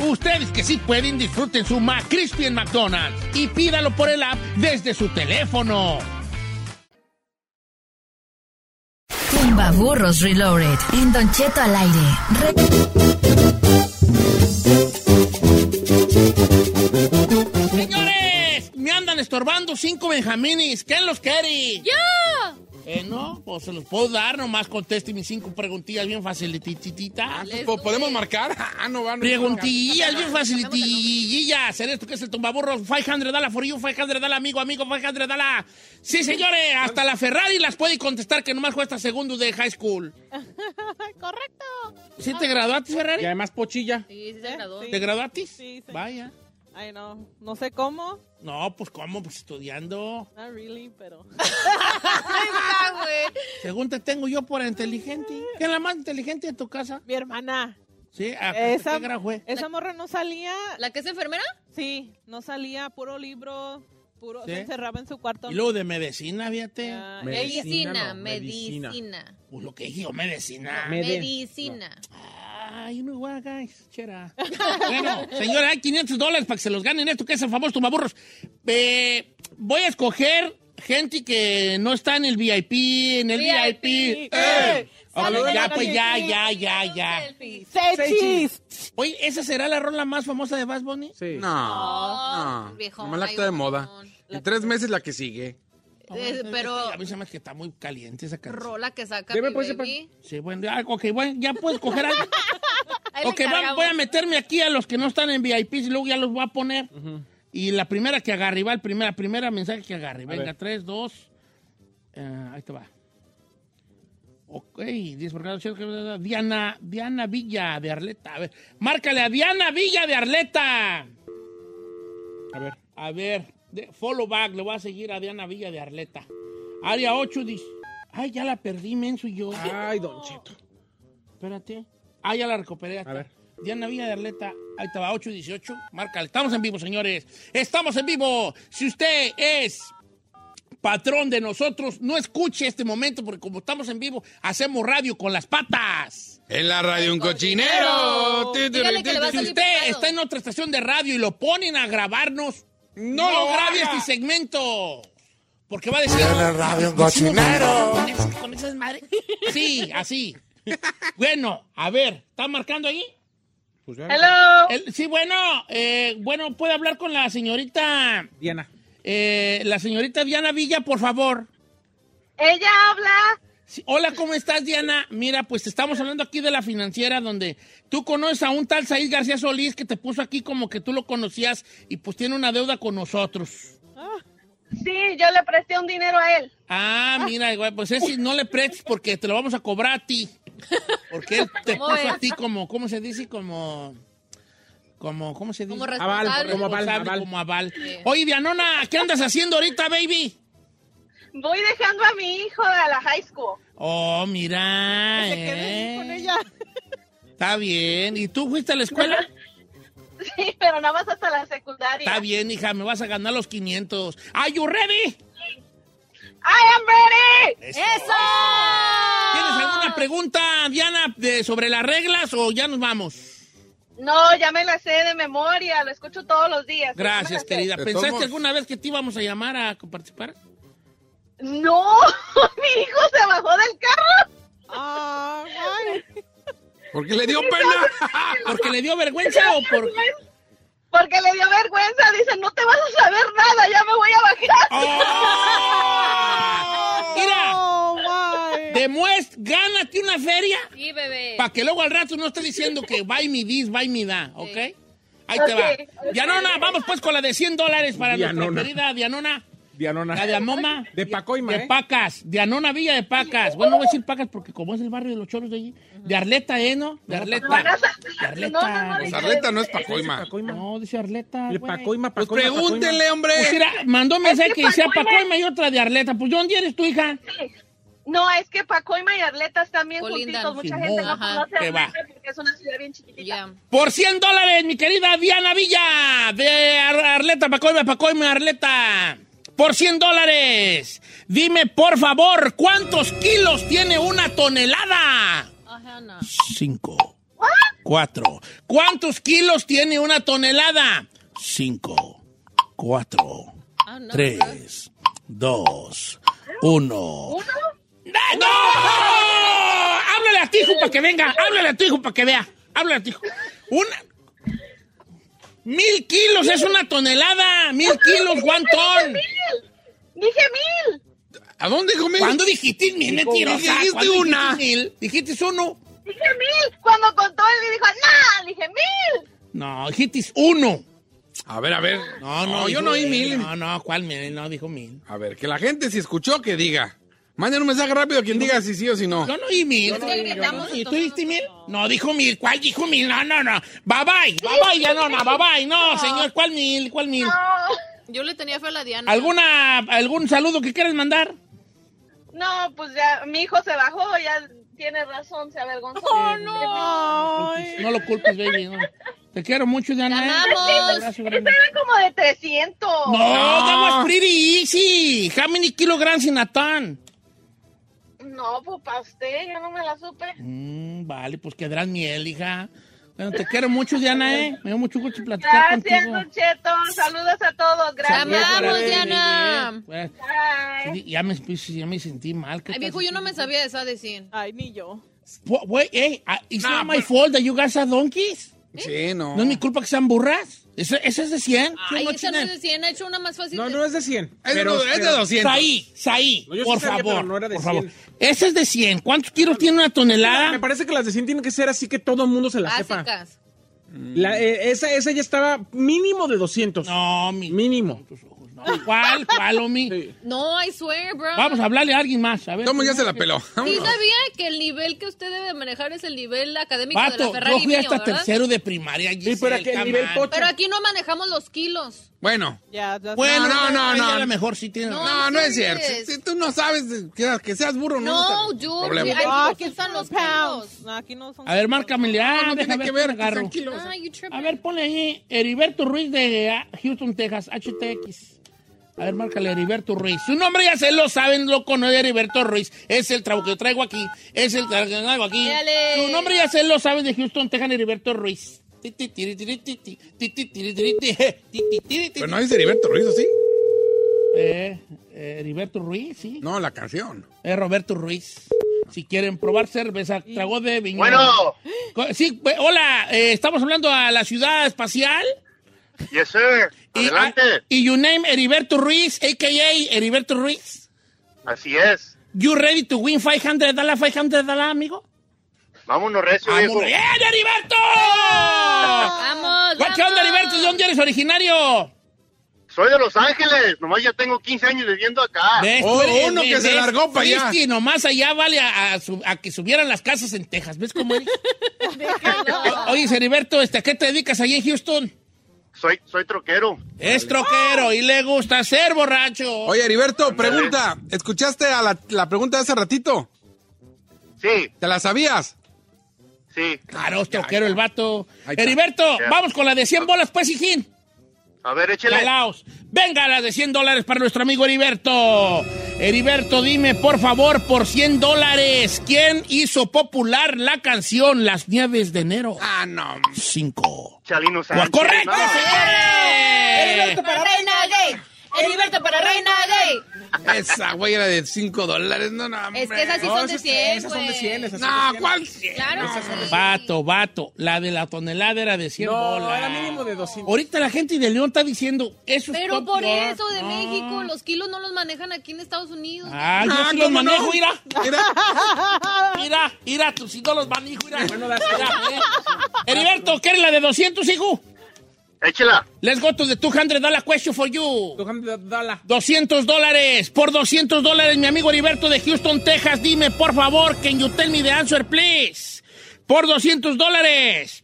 Ustedes que sí pueden, disfruten su McCrispy en McDonald's y pídalo por el app desde su teléfono. Tumbaburros Reloaded. En Don Cheto al aire. Señores, me andan estorbando cinco benjamines. ¿Quién los quiere? ¡Yo! Eh, no, pues se los puedo dar, nomás conteste mis cinco preguntillas bien facilititititas. Ah, Po- ¿Podemos marcar? Ah, no van. Preguntillas bien facilitillas. En esto que es el tumbaburros, 500 dala for you, 500 dala amigo, amigo, 500 dala. Sí, señores, hasta la Ferrari las puede contestar que nomás cuesta segundo de high school. Correcto. ¿Sí te graduaste, Ferrari? ¿Eh? Y además pochilla. Sí, sí, se graduó. ¿Te Sí, graduaste? sí. Vaya. Ay, no. No sé cómo. No, pues cómo, pues estudiando. Not really, pero. Ah, güey. Según te tengo yo por inteligente. ¿Qué es la más inteligente de tu casa? Mi hermana. Sí, ¿a qué Esa, te gradué? esa morra no salía. ¿La que es enfermera? Sí, no salía. Puro libro. Puro. ¿Sí? Se encerraba en su cuarto. Y luego de medicina, fíjate. Ah, Me- Medicina, no, Medicina, medicina. Medicina. Pues lo que dije, yo, Ah, medicina. Me- Mede- Ay, you know what, guys, chera. bueno, señora, hay 500 dólares para que se los ganen esto, que es el famoso tumaburros. Eh, voy a escoger gente que no está en el VIP, en el VIP. VIP. Eh. Ok, Saludos, ya, pues ya, Seichi. ya, ya, ya. Selfie. ¡Sechis! Oye, ¿esa será la rola más famosa de Bass Bunny? Sí. No. Oh, No. viejón, Nomás la ay, que está de un moda. montón. En tres meses la que sigue. Eh, pero A mí se me hace que está muy caliente esa canción. rola que saca Deme, mi pues, baby. Sí, bueno, ya, ok, bueno, ya puedes coger algo. Ahí la Ok, va- encargamos. voy a meterme aquí a los que no están en VIP y luego ya los voy a poner. Y la primera que agarre, va, el primer- la primera mensaje que agarre. Venga, tres, dos. eh, ahí te va. Ok, 10 por cada ocho, Diana, Diana Villa de Arleta. A ver, márcale a Diana Villa de Arleta. A ver. A ver, de- follow back, le voy a seguir a Diana Villa de Arleta. Área 8 dice. Ay, ya la perdí, menso y yo. Ay, don Cheto. Espérate. Ah, ya la recuperé. Hasta. A ver. Diana Villa de Arleta, ahí estaba, 8 y 18. Márcale. Estamos en vivo, señores. Estamos en vivo. Si usted es patrón de nosotros, no escuche este momento porque como estamos en vivo, hacemos radio con las patas. En la radio un cochinero. Tu, tu, Dígale que le va a tu, Si tu. salir usted picado. está en otra estación de radio y lo ponen a grabarnos, no, lo grabe haga. este segmento. Porque va a decir... radio un Con esas- con esas madres. Sí, así. bueno, a ver, ¿está marcando ahí? Pues ya. ¡Hello! El- sí, bueno, eh, bueno, puede hablar con la señorita, Diana. eh, la señorita Diana Villa, por favor. ¡Ella habla! Sí, hola, ¿cómo estás, Diana? Mira, pues estamos hablando aquí de la financiera, donde tú conoces a un tal Said García Solís que te puso aquí como que tú lo conocías y pues tiene una deuda con nosotros. Sí, yo le presté un dinero a él. Ah, mira, güey, pues ese no le prestes porque te lo vamos a cobrar a ti. Porque él te ¿Cómo puso es? a ti como, ¿cómo se dice? Como, como, ¿cómo se dice? Como Aval, responsable. como aval. Responsable, como aval. Oye, Dianona, ¿qué andas haciendo ahorita, baby? Voy dejando a mi hijo de la high school. Oh, mira. Se quedé eh. con ella. Está bien. ¿Y tú fuiste a la escuela? Sí, pero nada más hasta la secundaria. Está bien, hija, me vas a ganar los 500. ¿Are you ready? I am ready. ¿Tienes ¡Eso! alguna pregunta, Diana, de- sobre las reglas o ya nos vamos? No, ya me la sé de memoria, lo escucho todos los días. Ya me la Gracias, sé. querida. De ¿Pensaste todos modos- alguna vez que te íbamos a llamar a participar? No, mi hijo se bajó del carro. Ah, ay. ¿Por qué le dio pena? ¿Porque le dio vergüenza o por...? Porque le dio vergüenza, dice, no te vas a saber nada, ya me voy a bajar. Ah, ¡Oh! Mira, Oh, my. demuestra, gánate una feria Sí, bebé. para que luego al rato no esté diciendo que buy me this, buy me that, ¿ok? Sí. Ahí te Ok, va. ok. Dianona, vamos pues con la de 100 dólares para nuestra Dianona. querida Dianona. Dianona. La de Amoma. De Pacoima, De ¿eh? Pacas. De Anona Villa de Pacas. Bueno, no voy a decir Pacas porque como es el barrio de los choros de allí. De Arleta, ¿eh, no? De Arleta. No, no, De Arleta. no, Pues Arleta no es Pacoima. Pacoima. No, dice Arleta, De güey. Pacoima, Pues Pacoima. Pacoima. pregúntele, hombre. Pues mira, mandó un mensaje Es que que decía Pacoima- Pacoima y otra de Arleta. Pues, ¿de dónde eres tú, hija? No, es que Pacoima y Arleta están bien Colindan, juntitos, mucha sí, gente no ajá, conoce que va. Arleta porque es una ciudad bien chiquitita. Ya. Por 100 dólares, mi querida Diana Villa, de Ar- Arleta, Pacoima, Pacoima, Arleta. Por 100 dólares, dime por favor, ¿cuántos kilos tiene una tonelada? Ajá, Oh, no. Cinco. Cuatro. ¿Cuántos kilos tiene una tonelada? Cinco. Cuatro. Ah, no. Tres. Dos. Uno. ¡Ah, ¡No! Háblale a tu hijo para que venga. Háblale a tu hijo para que vea. Háblale a tu hijo. Una. Mil kilos es una tonelada. Mil kilos, guantón. Dije mil, ¿A dónde, hijo mío? ¿Cuándo dijiste mil, mentirosa? dijiste ¿Cuándo una. mil? Dijiste uno. dije mil. Cuando contó él le dijo, no, dije mil. No, dijiste uno. A ver, a ver. No, no. yo dijo no oí mil. No, no, ¿cuál mil? No, dijo mil. A ver, que la gente si escuchó, que diga. Manden un mensaje rápido a quien diga si sí o si no. Yo no oí mil. que gritamos ¿Y tú entonces dijiste mil? No, dijo mil. ¿Cuál dijo mil? No, no, no. Bye bye. Bye bye, Dianona. Bye bye. No, señor. ¿Cuál mil? ¿Cuál mil? Yo le tenía fe a la Diana. ¿Alguna, ¿Algún saludo que quieras mandar? No, pues ya, mi hijo se bajó, ya tiene razón, se avergonzó. Oh, Ay. No lo culpes, baby. no. Te quiero mucho, Diana. Te ¿eh? amamos. Un abrazo Ese grande. era como de 300. No, that was pretty easy. How many kilograms in a ton? No, pues para usted, yo no me la supe. Mm, vale, pues quedarás miel, hija. Bueno, te quiero mucho, Diana, ¿eh? Me dio mucho gusto platicar Gracias, contigo. Don Cheto. Saludos a todos. Te Gracias. amamos, Gracias, Diana. baby. Pues, Bye. sí, ya, me, ya me sentí mal. ¿qué Ay, tal viejo, si yo no me sabía esa de 100. Ay, ni yo. Wha- Wait, hey, uh, it's not my fault that you guys are donkeys. Sí, no. No es mi culpa que sean burras. Esa, esa es de 100. Ay, esa no es de tienen. 100. Ha hecho una más fácil. No, de- no es de 100. Es, de- es de 200. Saí, Saí, No, yo sí por sabía, favor. pero no era de por favor. 100. Esa es de 100. ¿Cuántos kilos tiene una Me tonelada? parece que las de 100 tienen que ser así que todo el mundo se las sepa. Básicas. La, eh, esa, esa ya estaba mínimo de 200. No, mi. Mínimo. tus ojos, no. ¿Cuál? ¿Cuál, Omi? Sí. No, I swear, bro. Vamos a hablarle a alguien más. A ver. Tomo ya se la peló. Sí Vámonos. sabía que el nivel que usted debe de manejar es el nivel académico de la Vato, Ferrari yo fui mío, hasta ¿verdad? tercero de primaria. Giselle, pero aquí el come nivel on. tocho. Pero aquí no manejamos los kilos. Bueno. Ya, ya. Bueno, No, no, ahí no, a no. lo mejor sí tiene. No. No, no es cierto. Si, entonces- si tú no sabes que, que seas burro, no. No, está- yo. problema. Ay, Ah, no, aquí están son los los kilos. pounds. No, aquí no son A ver, márcame. Ah, No tiene deja ver que si ver, me agarro. tranquilo. Ah, you tripping. A ver, ponle ahí Heriberto Ruiz de ah, Houston, Texas, HTX. A ver, márcale Heriberto Ruiz. Su nombre ya se lo saben, loco, no es Heriberto Ruiz. Es el trago que traigo aquí. Es el trago que traigo aquí. Dale. Su nombre ya se lo saben de Houston, Texas, Heriberto Ruiz. Ti, ti, tiri, tiri, ti, ti, ti, ti, tiri, tiri, ti, je, ti, ti, tiri, ti, Pero no dice Heriberto Ruiz, ¿o ¿sí? Eh, eh, Heriberto Ruiz, sí. No, la canción. Es Roberto Ruiz. Si quieren probar cerveza, trago de viñón. Bueno, Co- Sí, pues, hola, eh, estamos hablando a la ciudad espacial. yes sir, Y, ah, adelante. y you name Heriberto Ruiz, a.k.a. Heriberto Ruiz. Así es. You ready to win 500 dólares, 500 dólares, amigo? Vámonos recio, viejo. ¡Vámonos! ¡Bien, Heriberto! Vamos, ¿Cuál qué onda, vamos. Heriberto? ¿De dónde eres originario? Soy de Los Ángeles, nomás ya tengo 15 años viviendo acá. ¿Ves? Oh, Tú eres- uno que se largó pa' allá. Fuiste y nomás allá vale a, a su- a que subieran las casas en Texas. ¿Ves cómo eres? O- Oye, Heriberto, este, ¿a qué te dedicas ahí en Houston? Soy, soy troquero. Es troquero y le gusta ser borracho. Oye, Heriberto, pregunta. ¿Escuchaste a la, la pregunta de hace ratito? Sí, ¿Te la sabías? sí. Claro, es troquero el vato. Ahí está. Heriberto, Ya. vamos con la de 100 bolas, pues, hijín. A ver, échale. Calaos. Venga, la de 100 dólares para nuestro amigo Heriberto. Heriberto, dime por favor, por 100 dólares, ¿quién hizo popular la canción Las Nieves de Enero? Ah, no. Cinco. Chalino Sánchez. ¡Correcto, No. señores! Heriberto para Reina Gay. Heriberto para Reina Gay. Esa güey era de 5 dólares. No, no, Es que esas sí No, son de esas- 100, esas son de güey. 100, esas son de No, 100. ¿cuál? cien? Claro. Vato, vato, la de la tonelada era de 100 No, dólares. era mínimo de 200. Ahorita la gente de León está diciendo, eso es Pero top por one. eso de No. México, los kilos no los manejan aquí en Estados Unidos. Ah, yo Ah, sí los ¿cómo no? manejo, mira. Mira, Mira, mira, tú sí no los manejo, mira. Bueno, das- Mira, eh. Heriberto, ¿quieres la de 200, hijo? Échela. Let's go to the 200 dollar question for you. Tu hand- Dala. 200 dólares. Por 200 dólares, mi amigo Heriberto de Houston, Texas. Dime, por favor, can you tell me the answer, please? Por 200 dólares.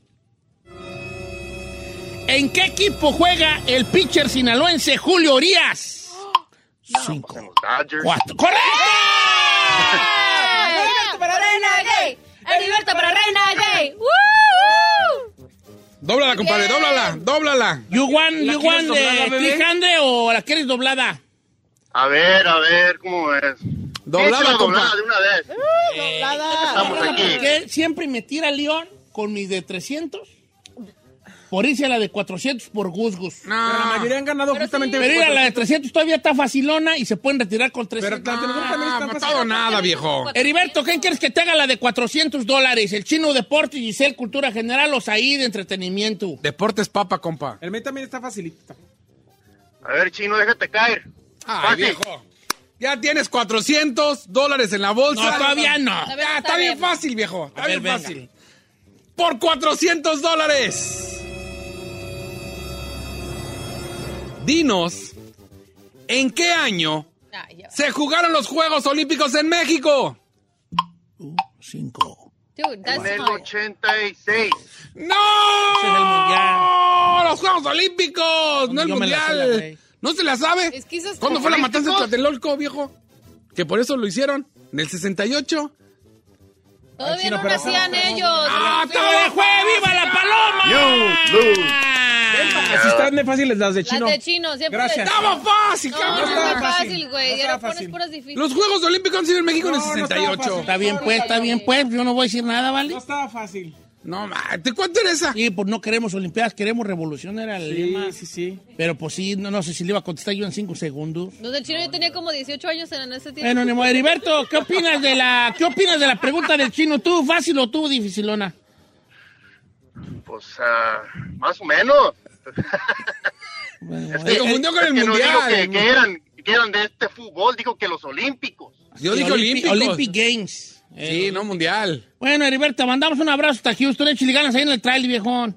¿En qué equipo juega el pitcher sinaloense Julio Orías? Con Cinco. los Dodgers. Cuatro. ¡Correcto! Ah, Heriberto para Reina Gay. Heriberto para Reina Gay. ¡Woo! Dóblala, compadre, dóblala, dóblala. ¿You want, ¿La you quieres want doblada, eh, bebé? 300 o la quieres doblada? A ver, a ver, ¿cómo es? Doblada, Échala doblada compa. de una vez. Estamos aquí. ¿Por qué siempre me tira León con mis de 300? Por irse a la de 400 por Guzgus. Pero la mayoría han ganado justamente. Pero mira, la de 300 todavía está facilona y se pueden retirar con Pero la 300. televisión también Ah, está pues, fácil. todo nada, viejo. Heriberto, ¿quién quieres que te haga la de 400 dólares? El chino deporte, Giselle Cultura General o ahí de entretenimiento. Deportes papa, compa. El mío también está facilita. A ver, chino, déjate caer. Ay, viejo. Ya tienes 400 dólares en la bolsa. No, todavía no. A ver, Ya, está está bien bien. fácil, viejo. Está A ver, bien venga. fácil. Por 400 dólares. Dinos, ¿en qué año Ay, ya va. se jugaron los Juegos Olímpicos en México? 5. Dude, that's En el smart. 86. ¡No! Ese es el mundial. ¡Oh, ¡Los Juegos Olímpicos! No el Yo me la sé, la mundial. güey. ¿No se la sabe? Es que esas ¿Cuándo fue la matanza de ¿Olímpicos? Tlatelolco, viejo? Que por eso lo hicieron. ¿En el 68? Todavía no nacían ellos. ¡Ah, ¡Todavía juega! ¡Viva la paloma! You lose. Así están de fáciles las de Las chino. de chino, siempre. Gracias. de- ¡Estaba fácil, No, cabrón! no está fácil. fácil, güey. No Ya estaba le pones fácil. puras difíciles. Los Juegos Olímpicos han sido en México en No, el no 68. estaba Está bien pues, está bien pues. Yo no voy a decir nada, ¿vale? No estaba fácil. No, ma, ¿te cuánto era esa? Sí, pues no queremos Olimpiadas, queremos revolución, era el lema. Sí, sí, sí. Pero pues sí, no, no sé si le iba a contestar yo en 5 segundos. Los del chino yo tenía como 18 años en ese tiempo. Bueno, ni modo. Heriberto, ¿qué opinas de la qué opinas de la pregunta del chino? ¿Tú fácil o tú dificilona? Pues, ah, más o menos. Se eh, confundió con el que no digo mundial. que, que eran, que eran de este fútbol, digo que los olímpicos. Yo Sí, dije Olímpicos. Olympi- Olympic Games. Sí, no mundial. Bueno, Heriberto, mandamos un abrazo hasta Houston. Échale ganas ahí en el trail, viejón.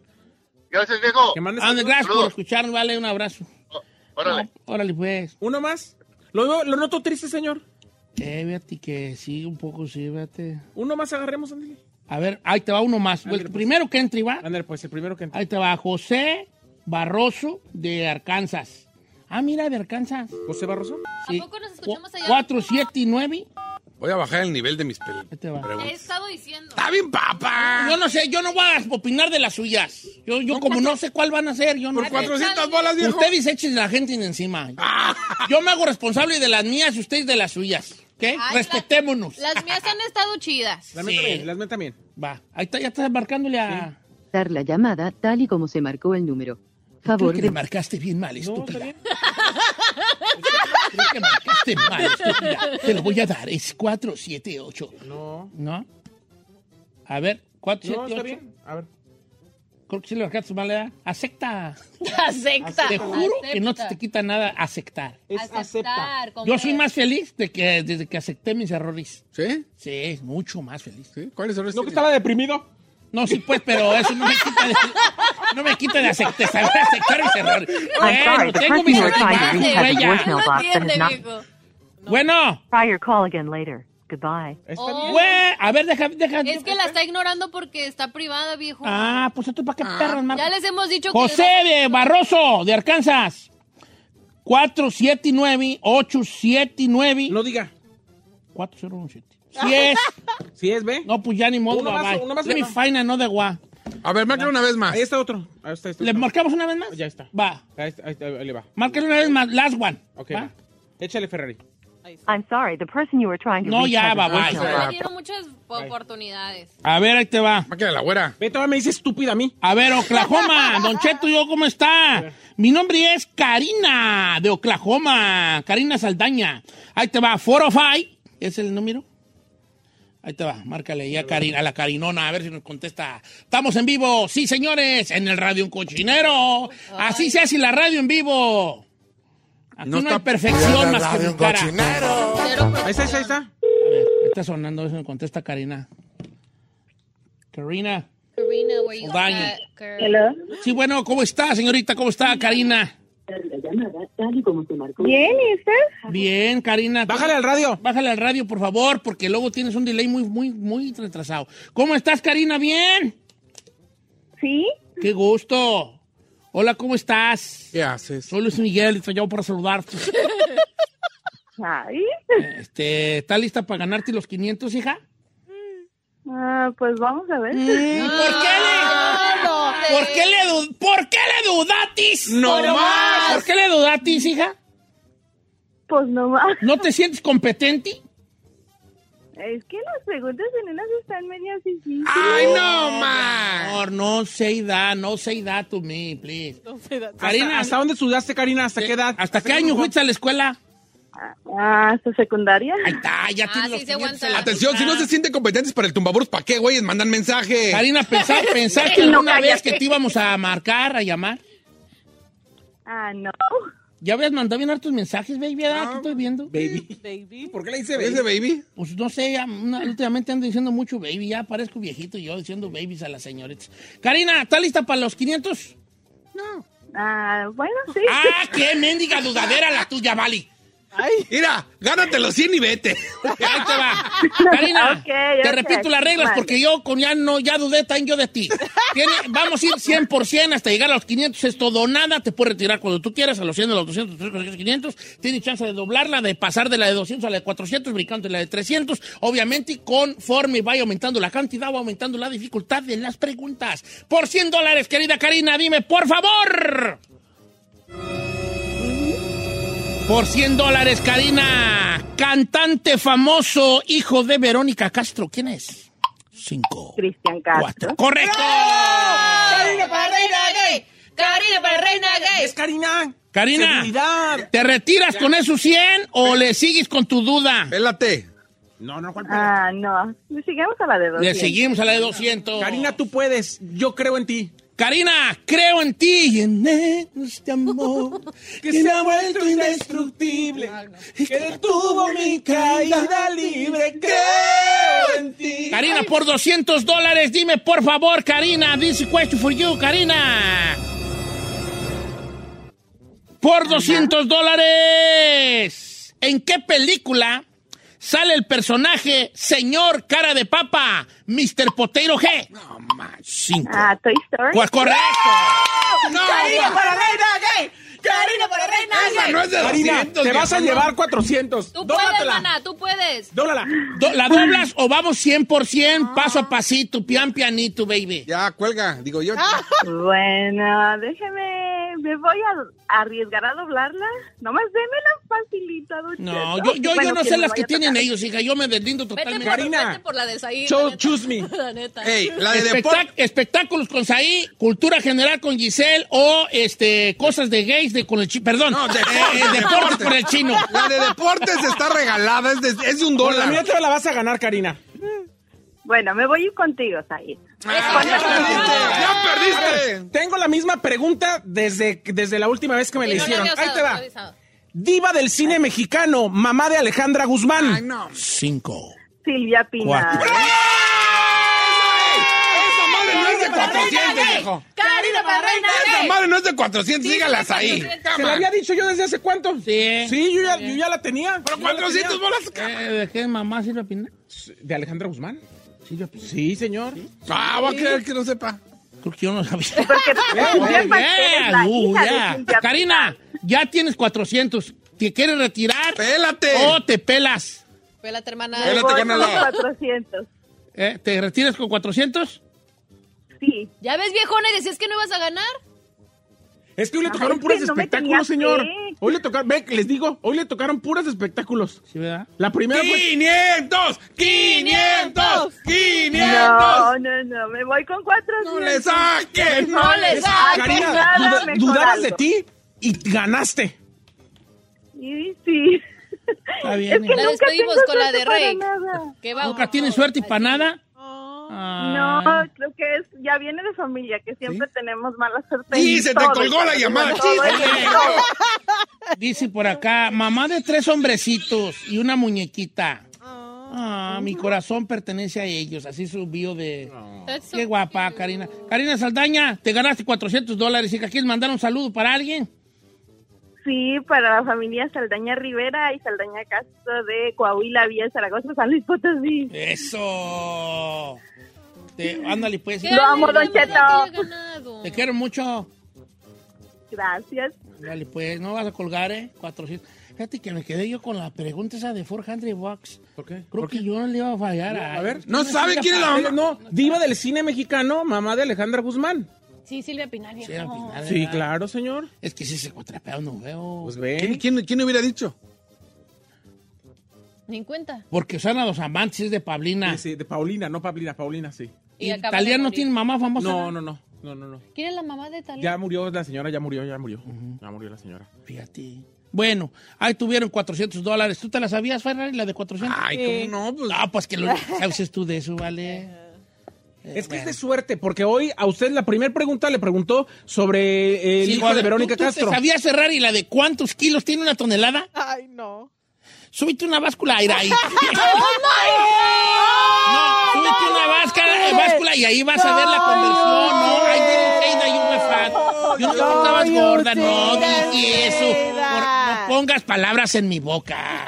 Gracias, viejo. Que mandes Ah, Gracias por Saludos. Oh, escucharnos, vale, un abrazo. Órale. Órale, pues. uno más. Lo, veo- lo noto triste, señor. Eh, fíjate que sí, un poco sí, fíjate. Uno más agarremos, Ándale. A ver, ahí te va uno más. Ándale, El pues. primero que entre, ¿va? Ándale, pues el primero que entra. Ahí te va José Barroso de Arkansas. Ah, mira, de Arkansas. José Barroso. Sí. ¿A poco nos escuchamos allá? 479. Voy a bajar el nivel de mis pel- Ahí te va. Te he preguntas. estado diciendo. Está bien, papá. Yo no sé, yo no voy a opinar de las suyas. Yo, yo como no sé cuál van a ser, yo no Por sé. 400 bolas, viejo. Ah. Ustedes echen la gente en encima. Yo me hago responsable de las mías y ustedes de las suyas. ¿Qué? Ay, Respetémonos. Las, las mías han estado chidas. Las mías Sí. también, las mías también. Va, ahí está, ya estás marcándole a... Dar la llamada tal y como se marcó el número. Creo Favor que le de marcaste bien mal, estúpida. bien. Creo que marcaste mal, estúpida. Te lo voy a dar, es 478. No. ¿No? A ver, No, está 478. bien. A ver. Creo que sí lo marcaste mal, ¿verdad? Acepta. Acepta. Te juro que no te quita nada aceptar. Es acepta. Yo soy más feliz de que, desde que acepté mis errores. ¿Sí? Sí, mucho más feliz. ¿Sí? ¿Cuáles son los ¿No que estaba deprimido? No, sí, pues, pero eso no me quita de, no me quita de aceptar, saber aceptar mis errores. I'm Bueno, sorry, the tengo person mis you are trying errores, to reach has a güey, ya. voicemail box that has not Bueno, prior call again later. Goodbye. Está Oh. bien. güey, a ver, deja, deja. Es que la está ignorando porque está privada, viejo. Ah, pues esto para qué perras, Ya Marco. les hemos dicho José que... de Barroso, de Arkansas. 479 879 No diga. 4017. Si es. Si es, ve. No, pues ya ni modo. Uno más, bye, bye. uno más, Let me uno. find another one. A ver, márcalo una vez más. Ahí está otro. Ahí está, ahí está ¿Le otro. marcamos una vez más? Ya está. Va. Ahí, está, ahí está, ahí le va. Márcale una vez más. Last one. Ok. ¿va? va. Échale Ferrari. I'm sorry, the person you were trying to No, reach ya, has a babá. voicemail Le box. dieron muchas oportunidades. A ver, ahí te va. Máquina la güera. Ve, todavía me dice estúpida a mí. A ver, Oklahoma, Don Cheto, ¿yo cómo está? Mi nombre es Karina de Oklahoma, Karina Saldaña. Ahí te va, 405, ¿es el número? Ahí te va, márcale ya a, Karina, a la Karinona, a ver si nos contesta. Estamos en vivo, sí señores, en el Radio Un Cochinero. Así se hace la radio en vivo. Aquí no, No hay está- perfección más que Radio mi Un cara. Cochinero. Ahí está, ahí está, ahí está. A ver, está sonando, a ver si me contesta Karina. Karina. Karina, where you Saldaña. at, girl? Sí, bueno, ¿cómo está, señorita? ¿Cómo está, Karina? Bien, ¿y usted? Bien, Karina. Bájale al radio. Bájale al radio, por favor, porque luego tienes un delay muy, muy, muy retrasado. ¿Cómo estás, Karina? ¿Bien? Sí. Qué gusto. Hola, ¿cómo estás? ¿Qué haces? Soy Luis Miguel, estoy yo para saludarte. Ay. Este, ¿Estás lista para ganarte los 500, hija? Ah, pues vamos a ver. Mm, ¿Por qué le, ¿por qué le, du- ¿por qué le dudatis? No más. ¿Por qué le dudatis, hija? Pues nomás. ¿No te sientes competente? Es que las preguntas en unas están medio difíciles. ¡Ay, no, ma! Oh, Amor, no say that, no say that to me, please. Karina, Karina, ¿hasta dónde estudiaste, Karina? ¿Hasta qué edad? Ah, ¿hasta qué año fuiste a la escuela? Ah, ¿hasta secundaria? Ahí está, ya Ah, tienes sí los se 500 aguanta. en la Atención, si no se boca. sienten competentes para el tumbaburros, ¿para qué, güeyes? Mandan mensaje. Karina, ¿pensá- ¿pensaste No, alguna vez cállate. que te íbamos a marcar, a llamar? Ah, no. Ya habías mandado bien hartos mensajes, baby, ¿verdad? ¿Qué estoy viendo? Baby. Baby. ¿Por qué le dice baby? ¿Ese baby? Pues no sé, ya, una- últimamente ando diciendo mucho baby, ya parezco viejito yo diciendo babies a las señoritas. Karina, ¿estás lista para los 500? Ah, bueno, sí. ¡Ah, qué mendiga dudadera la tuya, Vali! Mira, gánate los 100 y vete. Ahí te va. Karina, Ok, te ok. repito las reglas Vale. porque yo con ya no ya dudé tan yo de ti. Tiene- vamos a ir 100% hasta llegar a los 500, es todo o nada, te puedes retirar cuando tú quieras a los 100, a los 200, 300, 500, tienes chance de doblarla, de pasar de la de 200 a la de 400, brincando en la de 300, obviamente conforme vaya aumentando la cantidad, va aumentando la dificultad de las preguntas. Por 100 dólares, querida Karina, dime, por favor. Por 100 dólares, Karina. Cantante famoso, hijo de Verónica Castro. ¿Quién es? Cinco. Cristian Cuatro. Castro. ¡Correcto! Karina para reina gay. Karina para reina gay. Es Karina. Karina, Seguridad. ¿te retiras con esos 100 o le sigues con tu duda? Pélate. No, no, ¿cuál pega? Ah, no. Sigamos a la de dos. Le seguimos a la de 200. Karina, tú puedes. Yo creo en ti. Karina, creo en ti y en este amor que se ha vuelto indestructible. Que detuvo mi caída libre. Creo en ti. Karina, por 200 dólares, dime por favor, Karina. This is question for you, Karina. Por 200 dólares. ¿En qué película sale el personaje Señor Cara de Papa, Mr. Potero G? No, Cinco. Ah, Toy Story. Pues correcto. Karina para reina gay. Karina para reina gay. No es de Karina, 200, te vas a viejo, llevar 400. Tú puedes, Dólatela. mana, tú puedes. Dólatela. Do- ¿La doblas o vamos Ah. 100% paso a pasito, pian pianito, baby? Ya, cuelga. Digo yo. Ah. Bueno, déjeme. Me voy a arriesgar a doblarla. Nomás démela facilita, don Cheto. No, yo, yo, yo Bueno, no sé me las vaya que a tocar. tienen ellos, hija. Yo me deslindo Vete totalmente. por, Karina. vete por la de Saí. Cho- la neta. choose me. La neta. Ey, la de Espectac- deporte. espectáculos con Saí, cultura general con Giselle o este cosas de gays de con el chino. Perdón, No, eh, deportes, eh, deportes deportes. con el chino. La de deportes está regalada. Es de, es de un Con la dólar. mía te la vas a ganar, Karina. Bueno, me voy a ir contigo, Said. Ah, ya perdiste. Ya perdiste. Tengo la misma pregunta desde, desde la última vez que me Sí, la no, no, hicieron. no, Ahí no, te no, va. no, no, no. Diva del cine mexicano, mamá de Alejandra Guzmán. Ay, no. Cinco. Silvia Pina. Cuatro. Esa madre no es de Karina, 400, viejo. Karina para reina Esa gay. madre no es de 400. Sígalas ahí. ¿Se la había dicho yo desde hace cuánto? Sí. Sí, yo ya, yo ya la tenía. Pero Yo ya la 400 tenía. bolas. Eh, ¿De qué mamá sirve Pina? ¿De Alejandra Guzmán? Sí, señor. Ah, voy a creer que no sepa. Creo que yo no sabía. Porque tú Eh, eres la uh, hija de ya. Cintia Pina. Karina, ya tienes 400. ¿Te quieres retirar Pélate. o te pelas? Pélate, hermana. Me Espérate, voy con carnala. los 400. Eh, ¿Te retiras con 400? Sí. ¿Ya ves, viejona, y decías que no ibas a ganar? Es que hoy le Ah, tocaron es puros que no me espectáculos, tenía señor. fe. Hoy le tocaron, ve, les digo, hoy le tocaron puros espectáculos. ¿Sí, verdad? La primera fue... ¡500! ¡500! No, no, no, me voy con cuatro. ¡No le saques! ¡No le saques! Karina, Nada duda- mejor dudabas algo. de ti y ganaste. Y sí. Está bien. Es mira. que La nunca despedimos tengo con la de suerte para Rey. nada. ¿Qué va? ¿Nunca tienes suerte y para nada? No, Ah. creo que es, ya viene de familia, que siempre tenemos mala suerte. Sí, en se te todo. colgó la llamada. En todo, Sí, se en te todo. Dice por acá, mamá de tres hombrecitos y una muñequita. Ah, mi corazón pertenece a ellos. Así subió de... That's so Qué guapa, Karina. Karina Saldaña, te ganaste 400 dólares. ¿Y que quieres mandar un saludo para alguien? Sí, para la familia Saldaña Rivera y Saldaña Castro de Coahuila, Villa Zaragoza, San Luis Potosí. ¡Eso! Te, ándale, pues. Lo amo, alegre, Don Cheto. mamá, que haya ganado. Te quiero mucho. Gracias. Dale, pues, no vas a colgar, ¿eh? 400. Fíjate que me quedé yo con la pregunta esa de 400 bucks. ¿Por qué? Creo que yo no le iba a fallar a... A ver, No sabe quién es la mamá. No, diva del cine mexicano, mamá de Alejandra Guzmán. Sí, Silvia Pinal, viejo. Sí, al final, Sí, ¿verdad? claro, señor. Es que sí se contrapea no veo. Pues ¿Quién, ve. quién, quién hubiera dicho? Ni en cuenta. Porque Susana Dos Amantes es de Pablina. Sí, sí, de Paulina, no Paulina, Paulina, sí. Y acaba de Talía no morir. tiene mamá famosa. No, no, no, no, no, no. ¿Quién es la mamá de Talía? Ya murió la señora, ya murió, ya murió. Ya murió la señora. Fíjate. Bueno, ahí tuvieron 400 dólares. ¿Tú te la sabías, Ferrari, la de 400? Ay, ¿cómo no? Pues, Ah, pues que lo sabes tú de eso, ¿vale? Eh, Es que es bueno. de suerte, porque hoy a usted la primera pregunta le preguntó sobre eh, el Sí, hijo Juan, de ¿tú- Verónica tú te Castro. ¿Sabías, Ferrari, la de cuántos kilos tiene una tonelada? Ay, no. Súbete una báscula aire ahí. Oh, Oh, No, súbete una báscula, eh, báscula y ahí vas a ver la conversión. No, ay, Dulceida, you were fat. Yo no No, estabas gorda, no, Dulceida. dije eso. Por- no pongas palabras en mi boca.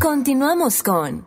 Continuamos con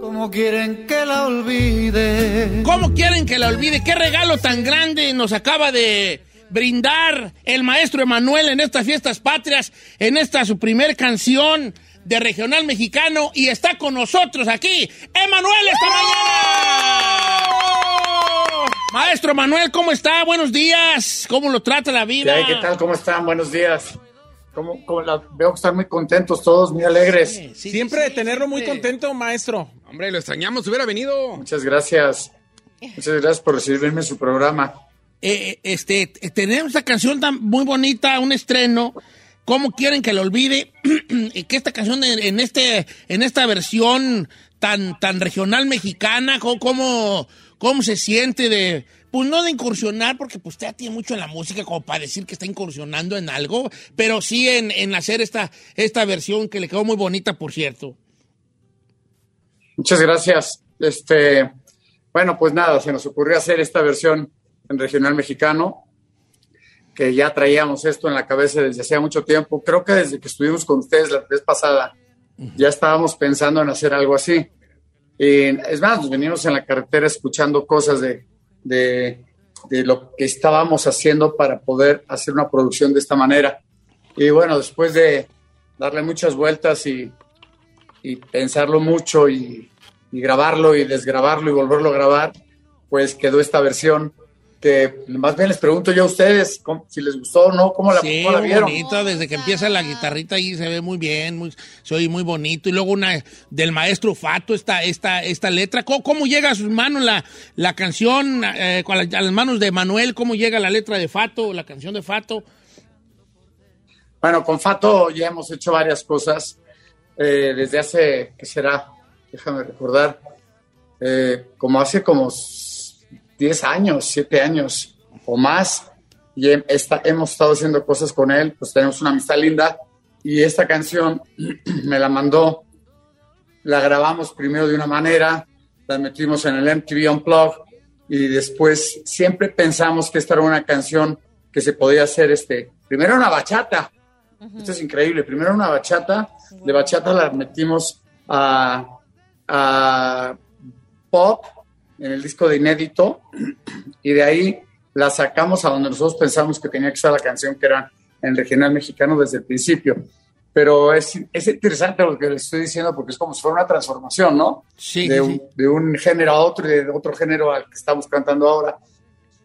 Como quieren que la olvide. ¿Cómo quieren que la olvide? ¿Qué regalo tan grande nos acaba de brindar el maestro Emanuel en estas fiestas patrias, en esta su primer canción de regional mexicano y está con nosotros aquí, Emanuel esta mañana. Maestro Manuel, ¿cómo está? Buenos días. ¿Cómo lo trata la vida? ¿Qué tal? ¿Cómo están? Buenos días. ¿Cómo, cómo la- Veo que están muy contentos todos, muy alegres. Sí, Siempre sí, de tenerlo muy siempre. contento, maestro. Hombre, lo extrañamos, hubiera venido. Muchas gracias. Muchas gracias por recibirme en su programa. Eh, eh, este, t- tenemos esta canción tan muy bonita, un estreno. ¿Cómo quieren que la olvide? Y que esta canción en, en este, en esta versión tan, tan regional mexicana, co- ¿cómo, cómo se siente de, pues no de incursionar, porque pues usted tiene mucho en la música como para decir que está incursionando en algo, pero sí en, en hacer esta, esta versión que le quedó muy bonita, por cierto. Muchas gracias. Este, bueno, pues nada, se nos ocurrió hacer esta versión en regional mexicano, que ya traíamos esto en la cabeza desde hacía mucho tiempo. Creo que desde que estuvimos con ustedes la vez pasada, ya estábamos pensando en hacer algo así. Y es más, nos venimos en la carretera escuchando cosas de, de de lo que estábamos haciendo para poder hacer una producción de esta manera. Y bueno, después de darle muchas vueltas y, y pensarlo mucho y, y grabarlo y desgrabarlo y volverlo a grabar, pues quedó esta versión que más bien les pregunto yo a ustedes cómo- si les gustó o no, cómo la, Sí, cómo la muy vieron. bonito, desde que empieza la guitarrita ahí se ve muy bien, muy, se oye muy bonito. Y luego una del maestro Fato, esta, esta, esta letra. ¿Cómo, cómo llega a sus manos la, la canción, eh, con la- a las manos de Manuel? ¿Cómo llega la letra de Fato, la canción de Fato? Bueno, con Fato ya hemos hecho varias cosas. eh, desde hace, ¿qué será? Déjame recordar. eh, como hace como s- 10 años, 7 años o más. Y hem- esta- hemos estado haciendo cosas con él, pues tenemos una amistad linda. Y esta canción me la mandó. La grabamos primero de una manera, la metimos en el MTV Unplugged y después siempre pensamos que esta era una canción que se podía hacer este primero una bachata esto es increíble primero una bachata de bachata la metimos a, a pop en el disco de inédito y de ahí la sacamos a donde nosotros pensamos que tenía que estar la canción que era en el regional mexicano desde el principio pero es, es interesante lo que les estoy diciendo porque es como si fuera una transformación, ¿no? Sí, de, sí, un, sí. de un género a otro y de otro género al que estamos cantando ahora.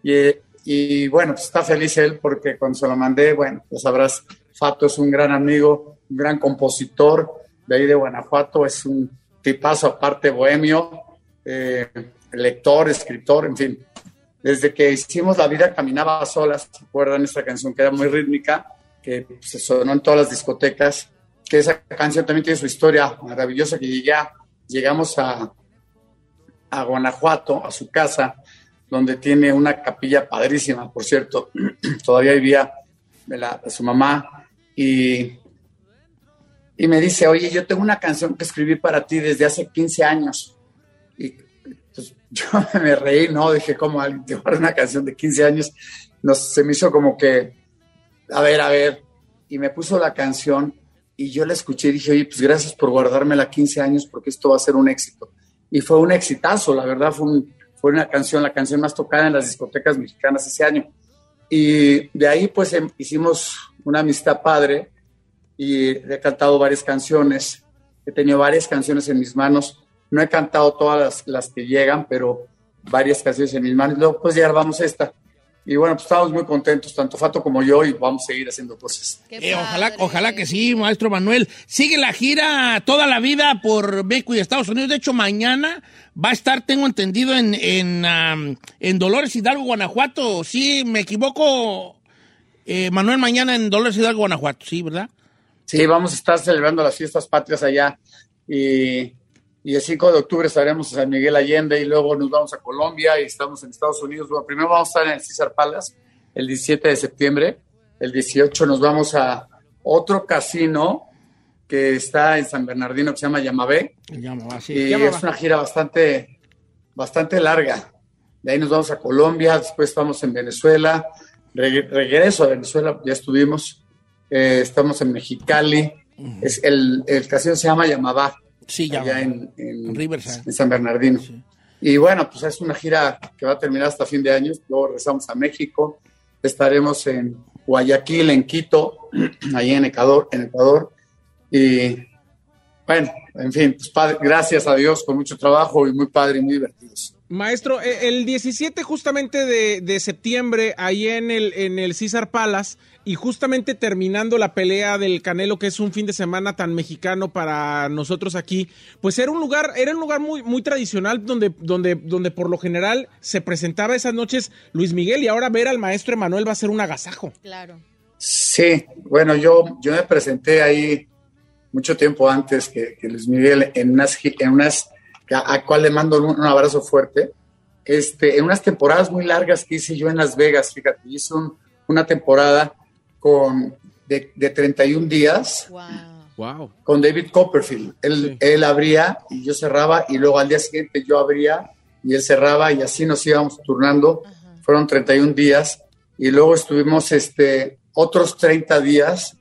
Y, eh, y bueno, pues está feliz él porque cuando se lo mandé, bueno, ya sabrás, Fato es un gran amigo, un gran compositor de ahí de Guanajuato, es un tipazo aparte bohemio, eh, lector, escritor, en fin. Desde que hicimos La vida caminaba a solas, ¿se acuerdan esta canción que era muy rítmica, que se sonó en todas las discotecas? Que esa canción también tiene su historia maravillosa que ya llegamos a, a Guanajuato, a su casa, donde tiene una capilla padrísima, por cierto, todavía vivía de la- de su mamá, y, y me dice, oye, yo tengo una canción que escribí para ti desde hace 15 años. Y pues, yo me reí, ¿no? Dije, ¿cómo alguien te guarda una canción de 15 años? Nos, se me hizo como que, a ver, a ver, y me puso la canción y yo la escuché y dije, oye, pues gracias por guardármela 15 años porque esto va a ser un éxito. Y fue un exitazo, la verdad, fue, un- fue una canción, la canción más tocada en las discotecas mexicanas ese año. Y de ahí pues em- hicimos una amistad padre y he cantado varias canciones, he tenido varias canciones en mis manos, no he cantado todas las, las que llegan, pero varias canciones en mis manos, luego pues ya grabamos esta. Y bueno, pues estamos muy contentos, tanto Fato como yo, y vamos a seguir haciendo cosas. Eh, ojalá, ojalá que sí, maestro Manuel. Sigue la gira toda la vida por México y Estados Unidos. De hecho, mañana va a estar, tengo entendido, en, en, am, en Dolores Hidalgo, Guanajuato. Sí, me equivoco. eh, Manuel, mañana en Dolores Hidalgo, Guanajuato, sí, ¿verdad? Sí, vamos a estar celebrando las fiestas patrias allá y, y el 5 de octubre estaremos en San Miguel Allende y luego nos vamos a Colombia y estamos en Estados Unidos. Bueno, primero vamos a estar en el César Palace el 17 de septiembre, el 18 nos vamos a otro casino que está en San Bernardino que se llama Yamabé Ya me va, sí. y Ya me va. es una gira bastante, bastante larga. De ahí nos vamos a Colombia, después estamos en Venezuela, reg- regreso a Venezuela, ya estuvimos, eh, estamos en Mexicali, es el, el casino se llama Yamabá, allá en, en- en San Bernardino. Y bueno, pues es una gira que va a terminar hasta fin de año, luego regresamos a México, estaremos en Guayaquil, en Quito, ahí en Ecuador, en Ecuador, y bueno, en fin, pues padre, gracias a Dios con mucho trabajo y muy padre y muy divertidos. Maestro, eh, el 17 justamente de, de septiembre, ahí en el, en el César Palace, y justamente terminando la pelea del Canelo, que es un fin de semana tan mexicano para nosotros aquí, pues era un lugar, era un lugar muy, muy tradicional donde, donde, donde por lo general se presentaba esas noches Luis Miguel, y ahora ver al maestro Emanuel va a ser un agasajo. Claro. Sí, bueno, yo, yo me presenté ahí mucho tiempo antes que, que Luis Miguel en unas, gi- en unas a, a cual le mando un, un abrazo fuerte, este, en unas temporadas muy largas que hice yo en Las Vegas, fíjate, hice un- una temporada con, de, de 31 días Wow. con David Copperfield. Él, él abría y yo cerraba y luego al día siguiente yo abría y él cerraba y así nos íbamos turnando. Fueron 31 días y luego estuvimos este, otros 30 días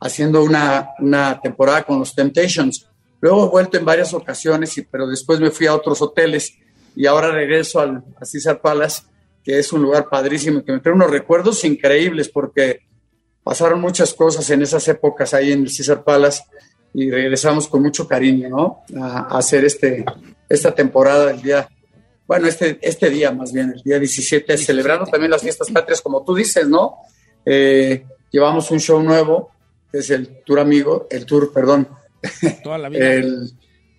haciendo una, una temporada con los Temptations. Luego he vuelto en varias ocasiones, y, pero después me fui a otros hoteles y ahora regreso al, a César Palace que es un lugar padrísimo, que me trae unos recuerdos increíbles porque pasaron muchas cosas en esas épocas ahí en el César Palace y regresamos con mucho cariño, ¿no? A, a hacer este, esta temporada del día, bueno, este, este día más bien, el día 17, celebrando también las fiestas patrias, como tú dices, ¿no? Eh, llevamos un show nuevo, que es el Tour Amigo, el Tour, perdón, Toda la vida. el,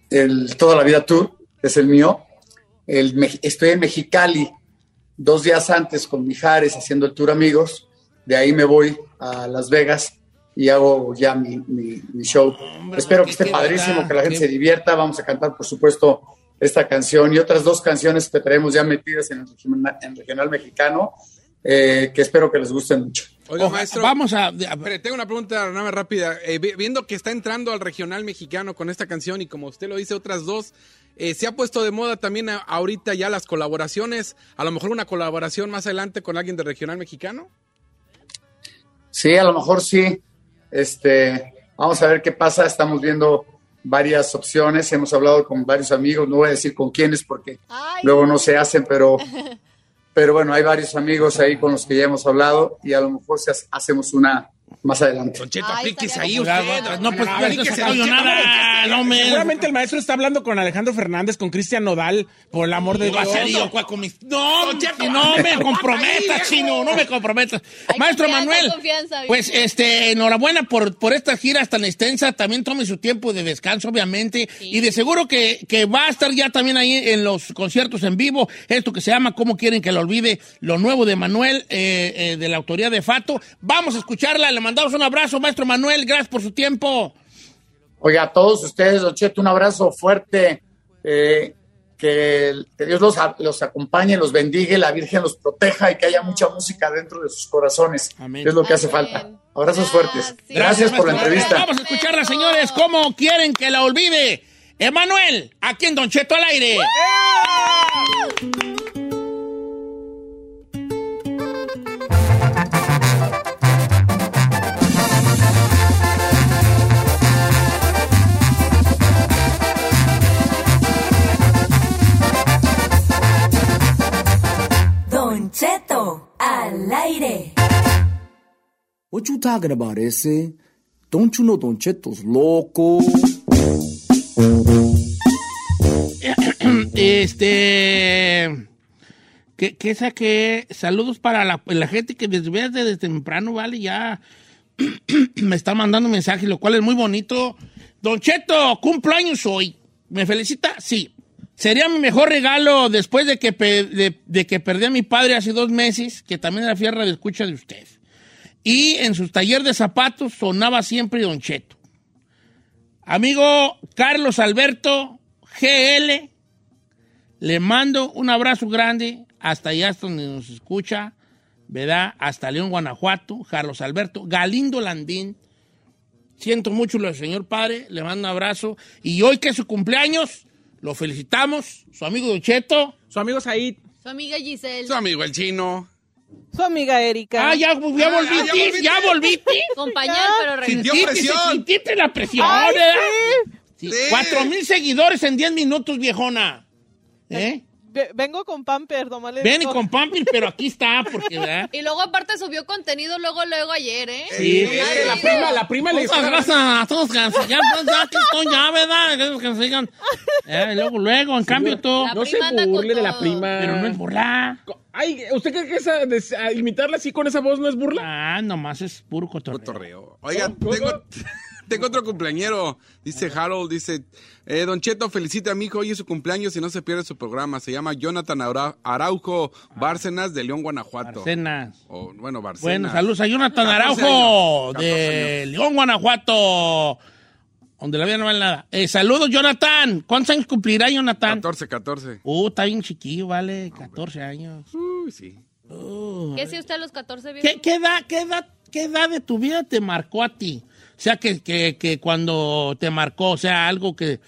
el Toda la Vida Tour, que es el mío. El, Me- estoy en Mexicali dos días antes con Mijares haciendo el Tour Amigos. De ahí me voy a Las Vegas y hago ya mi, mi- mi show. Espero que esté padrísimo, que la gente se divierta. Vamos a cantar, por supuesto, esta canción y otras dos canciones que traemos ya metidas en el regional, en regional mexicano, eh, que espero que les gusten mucho. Oiga, maestro. Vamos a. Espere, tengo una pregunta nada más rápida. Eh, vi- viendo que está entrando al regional mexicano con esta canción y como usted lo dice, otras dos, eh, se ha puesto de moda también a- ahorita ya las colaboraciones. A lo mejor una colaboración más adelante con alguien del regional mexicano. Sí, a lo mejor sí. Este, vamos a ver qué pasa. Estamos viendo varias opciones. Hemos hablado con varios amigos. No voy a decir con quiénes porque luego no se hacen, pero, pero bueno, hay varios amigos ahí con los que ya hemos hablado y a lo mejor se hace- hacemos una más adelante. aplíquese ahí usted. No, pues, Aplíquese, no se don cayó Cheto, nada. aplíquese. No me... Seguramente el maestro está hablando con Alejandro Fernández, con Cristian Nodal, por el amor de Va a Dios. ser yo, cuál, con mis- No, no me comprometas, chino, no me comprometas. Maestro confianza, Manuel, hay confianza, bien. pues este, enhorabuena por, por estas giras tan extensas. También tome su tiempo de descanso, obviamente. Y de seguro que, que va a estar ya también ahí en los conciertos en vivo. Esto que se llama ¿Cómo quieren que lo olvide? Lo nuevo de Manuel, eh, eh, de la autoría de Fato. Vamos a escucharla. Le mandamos un abrazo, maestro Manuel. Gracias por su tiempo. Oiga, a todos ustedes, Don Cheto, un abrazo fuerte. eh, que, el- que Dios los, a- los acompañe, los bendiga, y la Virgen los proteja y que haya mucha música dentro de sus corazones. Es lo que hace falta. Abrazos fuertes. Gracias por la maestro Manuel. entrevista. Vamos a escucharla, señores. ¿Cómo quieren que la olvide? Emanuel, aquí en Don Cheto al aire. Don Cheto al aire. What you talking about, ese? Don't you know Don Cheto's loco? Este. Que, que saqué. Saludos para la, la gente que desde, desde, temprano, vale, ya. me está mandando mensajes, lo cual es muy bonito. Don Cheto, cumplo años hoy. ¿Me felicita? Sí. Sería mi mejor regalo después de que, pe- de, de que perdí a mi padre hace dos meses, que también era fierra de escucha de usted. Y en su taller de zapatos sonaba siempre Don Cheto. Amigo Carlos Alberto GL, le mando un abrazo grande hasta allá hasta donde nos escucha, ¿verdad? Hasta León, Guanajuato, Carlos Alberto, Galindo Landín. Siento mucho lo del señor padre, le mando un abrazo. Y hoy que es su cumpleaños, lo felicitamos, su amigo Don Cheto. Su amigo Said. Su amiga Giselle. amigo el chino. Su amiga Erika. Ah, ya, ya volviste, ya volviste. Compañero, pero Sintiste, regresó. sintiste la presión, Ay, ¿verdad? sí. Sí. Sí. Cuatro mil seguidores en diez minutos, viejona. ¿Eh? Ve- Vengo con Pamper, nomás le Ven y digo. con Pampir, pero aquí está, porque, ¿verdad? Y luego aparte subió contenido luego, luego ayer, ¿eh? Sí, Ay, la sí. prima, la prima le Muchas está- gracias a todos que nos sigan, pues, ya que estoy ya, ¿verdad? Que los que nos sigan. Eh, y luego, luego, en cambio tú. No se burle de la prima. Pero no es burla. Ay, ¿usted cree que esa, des- a imitarla así con esa voz no es burla? Ah, nomás es puro cotorreo. Oiga, tengo, tengo otro cumpleañero. Dice Harold, dice, eh, Don Cheto, felicita a mi hijo, hoy es su cumpleaños y no se pierde su programa. Se llama Jonathan Ara- Araujo Bárcenas de León, Guanajuato. Bárcenas. O, bueno, Bárcenas. Bueno, saludos a Jonathan 14 Araujo años, 14 de años. León, Guanajuato. Donde la vida no vale nada. Eh, saludos, Jonathan. ¿Cuántos años cumplirá Jonathan? 14, 14. Uh, está bien chiquillo, vale. 14 años. Uy, sí. Uh. ¿Qué si usted a los 14 viejo? ¿Qué, qué edad, qué, edad, ¿Qué edad de tu vida te marcó a ti? O sea, que, que, que cuando te marcó, o sea, algo que...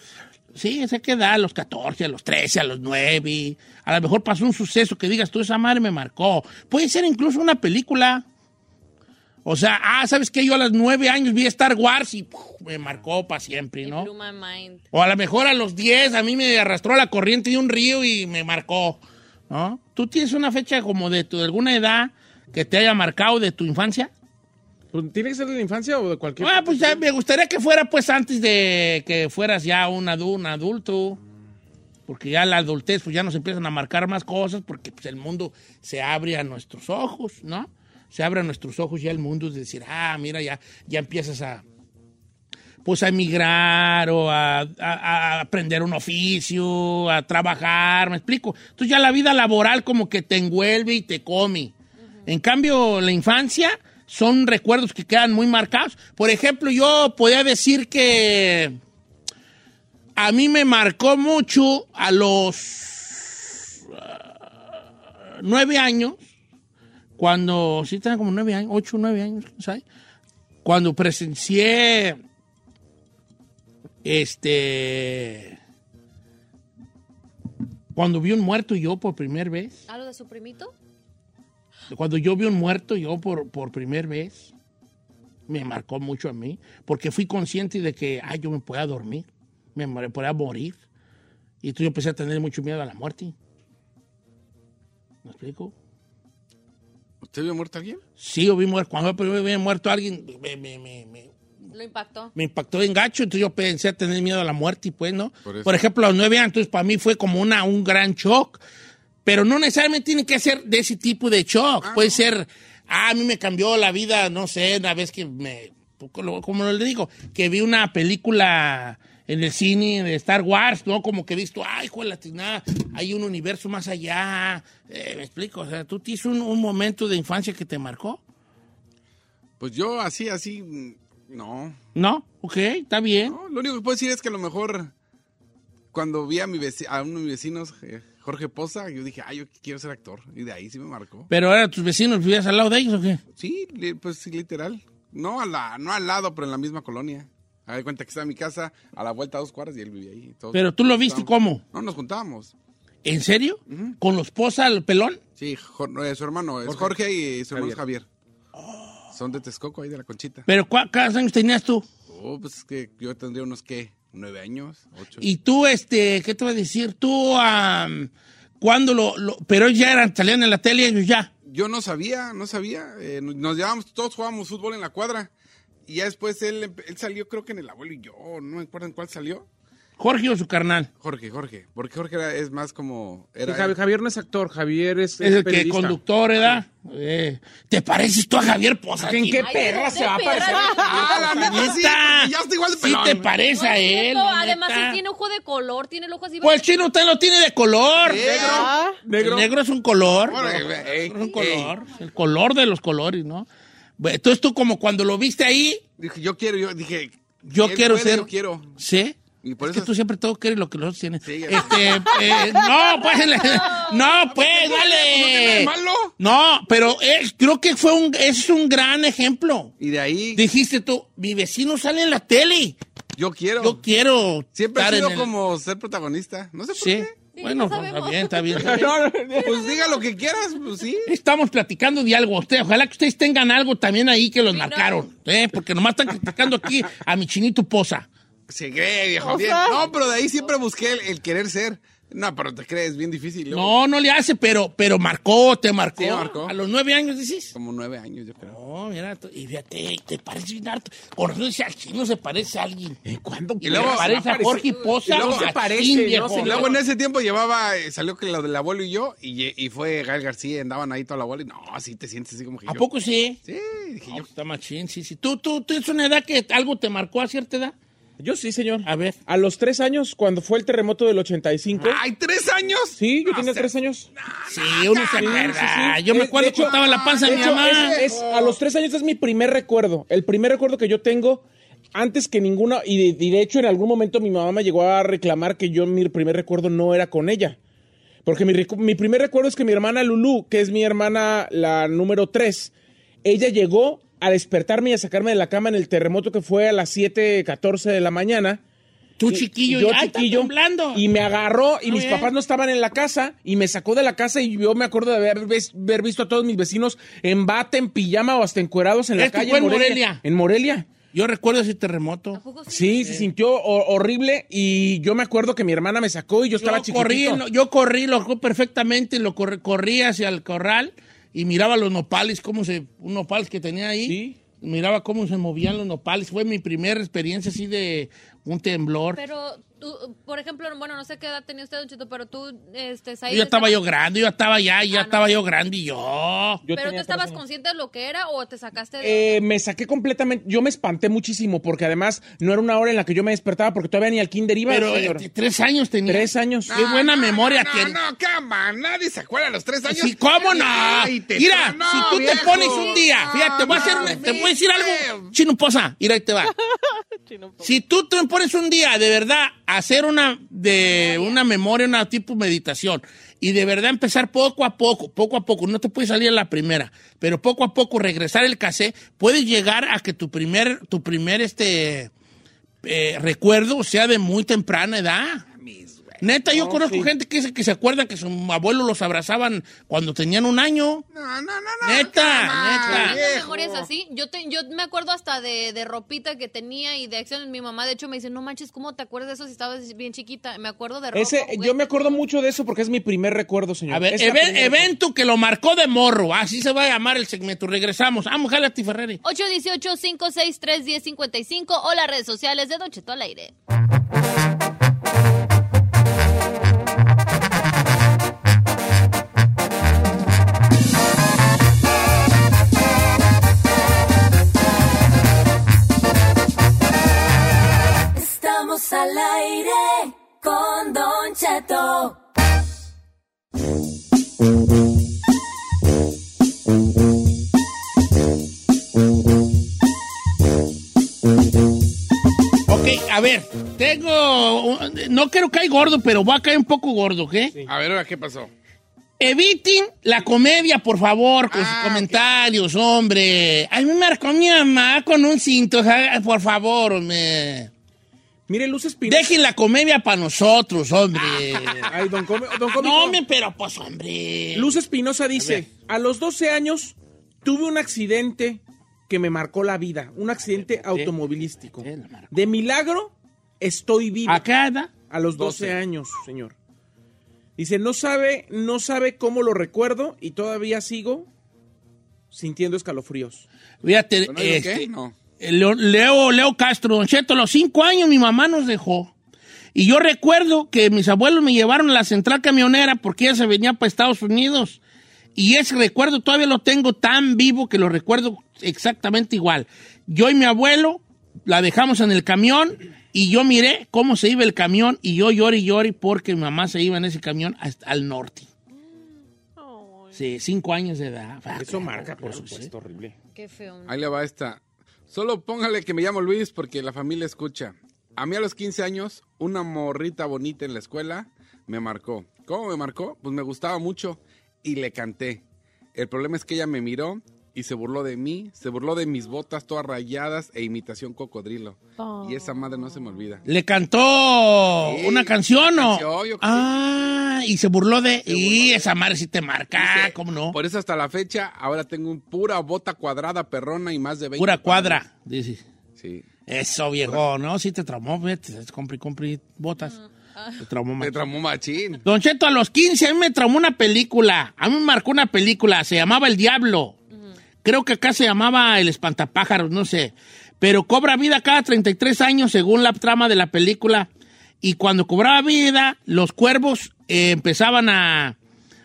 Sí, esa qué edad, a los 14, a los 13, a los 9. A lo mejor pasó un suceso que digas, tú, esa madre me marcó. Puede ser incluso una película. O sea, ah, ¿sabes qué? Yo a los 9 años vi Star Wars y puf, me marcó para siempre, ¿no? Blew my mind. O a lo mejor a los 10 a mí me arrastró la corriente de un río y me marcó. ¿no? ¿Tú tienes una fecha como de, tu, de alguna edad que te haya marcado de tu infancia? Pues, ¿Tiene que ser de la infancia o de cualquier Ah, pues ya me gustaría que fuera pues antes de que fueras ya un, adu- un adulto. Porque ya la adultez, pues ya nos empiezan a marcar más cosas, porque pues, el mundo se abre a nuestros ojos, ¿no? Se abre a nuestros ojos ya el mundo, es decir, ah, mira, ya, ya empiezas a, pues a emigrar o a, a- a aprender un oficio, a trabajar, ¿me explico? Entonces ya la vida laboral como que te envuelve y te come. En cambio, la infancia son recuerdos que quedan muy marcados. Por ejemplo, yo podría decir que a mí me marcó mucho a los ah, nueve años, cuando, sí, tenía como nueve años, ocho, nueve años, ¿sabes? Cuando presencié este. Cuando vi un muerto yo por primera vez. ¿Algo de su primito? Cuando yo vi un muerto yo por, por primera vez. Me marcó mucho a mí. Porque fui consciente de que, ay, yo me podía dormir. Me mo- podía morir. Y entonces yo empecé a tener mucho miedo a la muerte. ¿Me explico? ¿Usted vio muerto alguien? Sí, yo vi muerto. Cuando yo vi muerto a alguien, me- me- me- me, Lo impactó. me impactó en gacho, entonces yo pensé a tener miedo a la muerte y pues, ¿no? Por Por, eso. ejemplo, a los nueve años, entonces para mí fue como una, un gran shock, pero no necesariamente tiene que ser de ese tipo de shock, puede ser, ah, a mí me cambió la vida, no sé, una vez que me, como como le digo, que vi una película en el cine de Star Wars, ¿no? Como que he visto, ay, hijo de la tiznada, hay un universo más allá, Eh, me explico, o sea, tú tienes un, un momento de infancia que te marcó, Pues yo así, así, mm, no. ¿no? Ok, está bien. No, Lo único que puedo decir es que a lo mejor cuando vi a, mi veci- a uno de mis vecinos, eh, Jorge Poza, yo dije, ay, yo quiero ser actor. Y de ahí sí me marcó. Pero ahora tus vecinos, ¿vivías al lado de ellos o qué? Sí, li- pues sí, literal. No, a la, no al lado, pero en la misma colonia. Haga de cuenta que está mi casa a la vuelta a dos cuadras y él vivía ahí. Todos- Pero tú lo viste juntábamos. cómo? No, nos juntábamos. ¿En serio? ¿Con los posas al pelón? Sí, Jor- eh, su hermano es Jorge y su hermano es Javier. Son de Texcoco, ahí de la Conchita. ¿Pero cuá- cuántos años tenías tú? Oh, pues es que yo tendría unos, ¿qué? ¿Nueve años? ¿Ocho? Y tú, este, ¿qué te voy a decir? Tú, cuando lo, lo- Pero ellos ya eran, salían en la tele ellos ya. Yo no sabía, no sabía. Eh, nos- nos llevábamos, todos jugábamos fútbol en la cuadra. Y ya después él, empe- él salió, creo que en el abuelo y yo, no me acuerdo en cuál salió. Jorge o su carnal. Jorge, Jorge. Porque Jorge era- es más como... Sí, Era, Javi- Javier no es actor, Javier es, Es el que periodista. conductor, ¿verdad? Eh, ¿Te pareces tú a Javier Poza? ¿En tío? qué perra se va a parecer? ¡Ah, la neta, sí! ¡Neta! Ya está igual de Sí pelón. te parece No a es él. cierto, la Además, neta. él tiene ojo de color, tiene el ojo así. Pues el chino usted lo tiene de color. Negro. El Negro. negro es un color. Órale, ey, Es un ey. color. El color de los colores, ¿no? Bueno, Entonces tú como cuando lo viste ahí, Dije, yo quiero, yo dije... Yo él quiero puede, ser- Yo quiero. ¿sí? Y por es eso... que tú siempre todo quieres lo que los otros tienen. Sí, ya. Este, eh, no, pues, le- no, pues, ¿Qué dale. malo? No, pero eh, creo que fue un, es un gran ejemplo. Y de ahí, Dijiste tú, mi vecino sale en la tele. yo quiero. Yo quiero Siempre ha estar sido en el- como ser protagonista. No sé por Sí. qué. Sí, Bueno, no sabemos. está bien, está bien. está bien. Pues diga lo que quieras, pues sí. Estamos platicando de algo. Usted, ojalá que ustedes tengan algo también ahí que los marcaron. ¿eh? Porque nomás están criticando aquí a mi chinito posa. Se cree, viejo. bien. No, pero de ahí siempre busqué el, el querer ser. No, pero te crees, bien difícil. luego, No, no le hace, pero, pero marcó, te marcó. Sí, marcó. A los nueve años dices. Como nueve años, yo creo. No, mira, tú- y fíjate, te parece bien harto. Con razón dice, al chino se parece a alguien. ¿Cuándo? Y Se luego va se parece a parecer- Jorge Poza. Y luego se machín, parece, no, viejo. señor. Y luego en ese tiempo llevaba, eh, salió que lo del abuelo y yo, y, ye- y fue Gael García, andaban ahí toda la bola, y no, así te sientes así como que ¿A yo- poco sí? Sí, dije No, pues, yo. está machín, sí, sí. ¿Tú, tú, tú es una edad que algo te marcó a cierta edad? Yo sí, señor. A ver. A los tres años, cuando fue el terremoto del 85. ¡Ay, tres años! Sí, yo No tenía sé. tres años. Sí, uno se sí, acuerda. sí. Yo me Eh, acuerdo de que hecho, estaba en la panza De de mi hecho, mamá. es- es- a los tres años es mi primer recuerdo. El primer recuerdo que yo tengo antes que ninguna. Y de, y de hecho, en algún momento mi mamá me llegó a reclamar que yo mi primer recuerdo no era con ella. Porque mi, recu- mi primer recuerdo es que mi hermana Lulu, que es mi hermana la número tres, ella llegó a despertarme y a sacarme de la cama en el terremoto que fue a las 7:14 de la mañana. Tú Y- chiquillo, yo ya chiquillo, temblando. Y me agarró y Ah, mis bien. papás no estaban en la casa y me sacó de la casa y yo me acuerdo de haber, ves- haber visto a todos mis vecinos en bata, en pijama o hasta encuerados en la Esto calle. fue en en Morelia. En Morelia. Yo recuerdo ese terremoto. Sí, se sintió ho- horrible y yo me acuerdo que mi hermana me sacó y yo estaba yo chiquitito. corrí, lo- yo corrí, lo recuerdo perfectamente, lo corrí, corrí hacia el corral y miraba los nopales, cómo se, un nopal que tenía ahí. Miraba cómo se movían los nopales. Fue mi primera experiencia así de un temblor. Pero tú, por ejemplo, bueno, no sé qué edad tenía usted, Don Cheto, pero tú, este, Yo Said, ya estaba estabas- yo grande, yo ya estaba ya, ya estaba yo grande y yo. Ah, ¿Pero tú estabas consciente de lo que era o te sacaste de...? Eh, me saqué completamente, yo me espanté muchísimo porque además no era una hora en la que yo me despertaba porque todavía ni al kinder iba. Pero, señor. eh, tres años tenía. Tres años. Qué buena memoria no, tiene. No, cama, nadie se acuerda a los tres años. Sí, ¿Cómo no? Ay, te- Mira, no, si tú te viejo. pones un día, No, fíjate, voy a hacer no, una- te sí, voy a decir algo, chino posa, mira, ahí te va. si tú te pones un día de verdad a hacer una de una memoria, una tipo meditación y de verdad empezar poco a poco, poco a poco, no te puede salir a la primera, pero poco a poco regresar el casé, puedes llegar a que tu primer tu primer este eh, recuerdo sea de muy temprana edad. Neta, yo conozco gente que dice que se acuerdan que sus abuelos los abrazaban cuando tenían un año. No, no, no. Neta, neta. Tengo Ah, memorias así. Yo, te- yo me acuerdo hasta de, de ropita que tenía y de acciones. Mi mamá, de hecho, me dice, no manches, ¿cómo te acuerdas de eso si estabas bien chiquita? Me acuerdo de ropa. Ese, yo me acuerdo mucho de eso porque es mi primer recuerdo, señor. A ver, Es la even- primera evento que lo marcó de morro. Así se va a llamar el segmento. Regresamos. Vamos, jale a ti, Ferrari. 818-563-1055 o las redes sociales de Don Cheto al aire. Estamos al aire con Don Cheto. Ok, a ver. Tengo. un- No quiero caer gordo, pero voy a caer un poco gordo, ¿ok? A ver, ahora qué pasó. Eviten la comedia, por favor, con sus comentarios, hombre. A mí me marcó mi mamá con un cinto, ja, por favor, hombre. Mire, luces Dejen la comedia para nosotros, hombre. Ah. Ay, don Come- don Cómico. no, hombre, pero pues, hombre. Luz Espinosa dice, a, los 12 años tuve un accidente que me marcó la vida, un accidente automovilístico. De milagro estoy vivo. ¿A qué edad? A los 12, 12. años, señor. Dice, no sabe, no sabe cómo lo recuerdo y todavía sigo sintiendo escalofríos. Fíjate, Bueno, ¿yo este, qué? No. eh, Leo, Leo, Leo Castro, Don Cheto, a los cinco años mi mamá nos dejó. Y yo recuerdo que mis abuelos me llevaron a la central camionera porque ella se venía para Estados Unidos. Y ese recuerdo todavía lo tengo tan vivo que lo recuerdo exactamente igual. Yo y mi abuelo la dejamos en el camión y yo miré cómo se iba el camión y yo lloré y lloré porque mi mamá se iba en ese camión hasta al norte. Sí, cinco años de edad. Eso marca, por supuesto, horrible. Qué feo. Ahí le va esta. Solo póngale que me llamo Luis porque la familia escucha. A mí a los 15 años, una morrita bonita en la escuela me marcó. ¿Cómo me marcó? Pues me gustaba mucho y le canté. El problema es que ella me miró y se burló de mí, se burló de mis botas todas rayadas e imitación cocodrilo. Y esa madre no se me olvida. ¿Le cantó Sí, una canción o? canción, yo creo. ah, y se burló de. y esa madre sí te marca, ¿cómo no? Por eso hasta la fecha, ahora tengo un pura bota cuadrada perrona y más de 20. Pura pares. cuadra, dice. Sí. Eso, viejo, ¿no? Sí te traumó, vete, compre, compre botas. Te traumó Me machín. tramó machín. Don Cheto, a los 15 a mí me traumó una película. A mí me marcó una película, se llamaba El Diablo. Creo que acá se llamaba El Espantapájaros, no sé. Pero cobra vida cada 33 años según la trama de la película. Y cuando cobraba vida, los cuervos eh, empezaban a,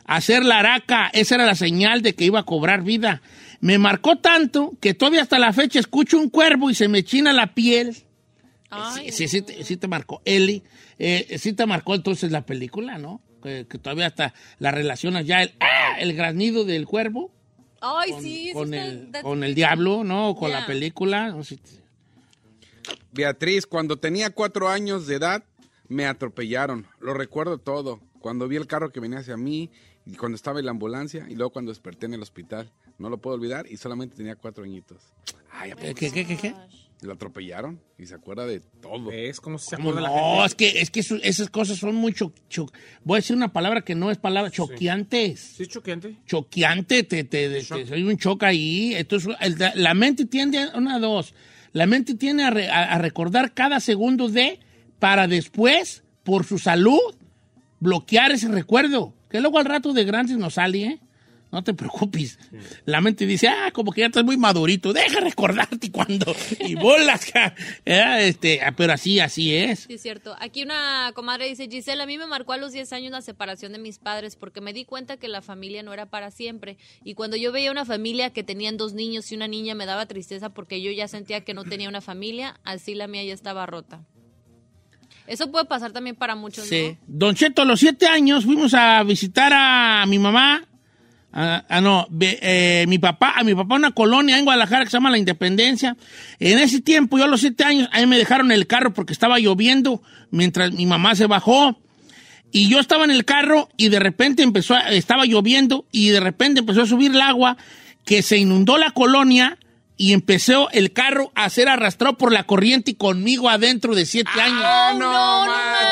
a hacer la araca. Esa era la señal de que iba a cobrar vida. Me marcó tanto que todavía hasta la fecha escucho un cuervo y se me china la piel. Sí, sí, sí, te- sí te marcó. Eli, eh, sí te marcó entonces la película, Ah, ¿no? Que, que todavía hasta la relacionas ya el, ¡ah! el granido del cuervo Ay, sí. sí con está- el, that- con el diablo, ¿no? O con Yeah. la película. no sé. Beatriz, cuando tenía cuatro años de edad, me atropellaron. Lo recuerdo todo. Cuando vi el carro que venía hacia mí, y cuando estaba en la ambulancia, y luego cuando desperté en el hospital. No lo puedo olvidar, y solamente tenía cuatro añitos. Ay, ¿a poco ¿Qué, qué, qué, qué? Lo atropellaron y se acuerda de todo. Es como si se ¿Cómo acuerda la No, gente. es que, es que eso- esas cosas son muy cho- cho- Voy a decir una palabra que no es palabra, choqueantes. Sí, es choqueante. choqueante, te, te, te- soy un choque ahí. Entonces, el- la mente tiende a una dos. La mente tiene a, re- a- a recordar cada segundo de para después, por su salud, bloquear ese recuerdo. Que luego al rato de grandes nos sale, ¿eh? No te preocupes. La mente dice, ah, como que ya estás muy madurito, deja recordarte cuando. Y bolas, ja. Eh, este, ah, pero así, así es. Sí, es cierto. Aquí una comadre dice, Giselle, a mí me marcó a los 10 años la separación de mis padres porque me di cuenta que la familia no era para siempre. Y cuando yo veía una familia que tenían dos niños y una niña, me daba tristeza porque yo ya sentía que no tenía una familia, así la mía ya estaba rota. Eso puede pasar también para muchos, Sí. Don Cheto, a los siete años fuimos a visitar a mi mamá, a, a no, ve- eh, mi papá, a mi papá una colonia en Guadalajara que se llama La Independencia. En ese tiempo, yo a los siete años, a mí me dejaron el carro porque estaba lloviendo mientras mi mamá se bajó. Y yo estaba en el carro y de repente empezó, a- estaba lloviendo y de repente empezó a subir el agua que se inundó la colonia y empezó el carro a ser arrastrado por la corriente y conmigo adentro de siete años. Ah,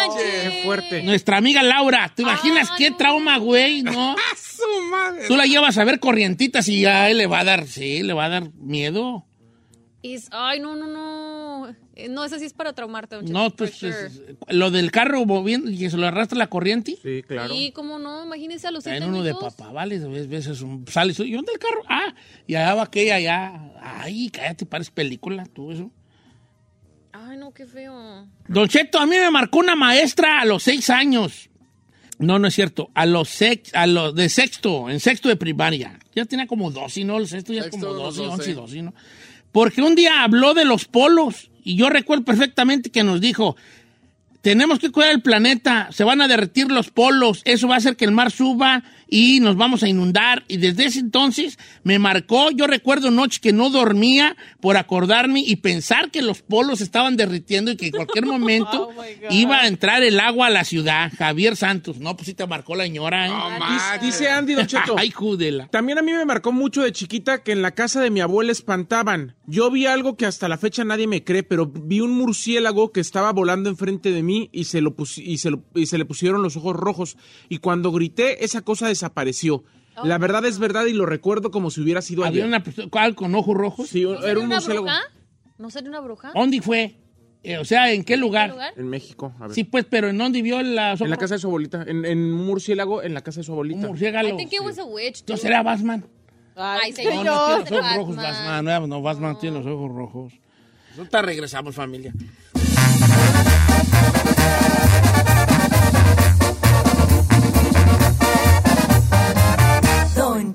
no, manches. Qué fuerte. Nuestra amiga Laura, ¿te imaginas Ah, qué trauma, güey? No. Tú la llevas a ver corrientitas y ya le va a dar, sí, le va a dar miedo. Y es- ay, no, no, no. Eh, No, eso sí es para traumarte, don Cheto, No, for pues, sure. pues, lo del carro moviendo y que se lo arrastra la corriente. Sí, Y cómo no, imagínense a los siete En uno de añitos. papá, vale, ves, ves, es un, sales, ¿y dónde el carro? Ah, y allá va aquella, allá. Ay, cállate, pares película, tú eso. Ay, no, qué feo. Don Cheto, a mí me marcó una maestra a los seis años. No, no es cierto. A los sex, a los de sexto, en sexto de primaria. Ya tenía como dos y no, el sexto ya Sexto, como unos dos y 12. once y dos y no. Porque un día habló de los polos y yo recuerdo perfectamente que nos dijo, tenemos que cuidar el planeta, se van a derretir los polos, eso va a hacer que el mar suba y nos vamos a inundar. Y desde ese entonces me marcó, yo recuerdo noches que no dormía por acordarme y pensar que los polos estaban derritiendo y que en cualquier momento iba a entrar el agua a la ciudad. Javier Santos, no, pues sí te marcó la señora. ¿eh? Dice- Dice Andy Don Cheto. Ay, judela. También a mí me marcó mucho de chiquita que en la casa de mi abuela espantaban. Yo vi algo que hasta la fecha nadie me cree, pero vi un murciélago que estaba volando enfrente de mí y se, lo pus- y se, lo- y se le pusieron los ojos rojos. Y cuando grité, esa cosa desapareció. La verdad es verdad y lo recuerdo como si hubiera sido Oh. Había ayer. una persona ¿cuál? con ojos rojos. Sí, era un ¿Una murciélago. bruja? ¿No sería una bruja? ¿Dónde fue? Eh, o sea, ¿en qué lugar? lugar? En México, a ver. Sí, pues, pero ¿en dónde vio la... En la casa de su abuelita. En, en un murciélago, en la casa de su abuelita. I think it was a witch. ¿No dude. será Batman? Ay, No, señor. no de tiene los ojos rojos, Batman. Batman. No, no, Batman tiene los ojos rojos. Nosotros regresamos, familia. Don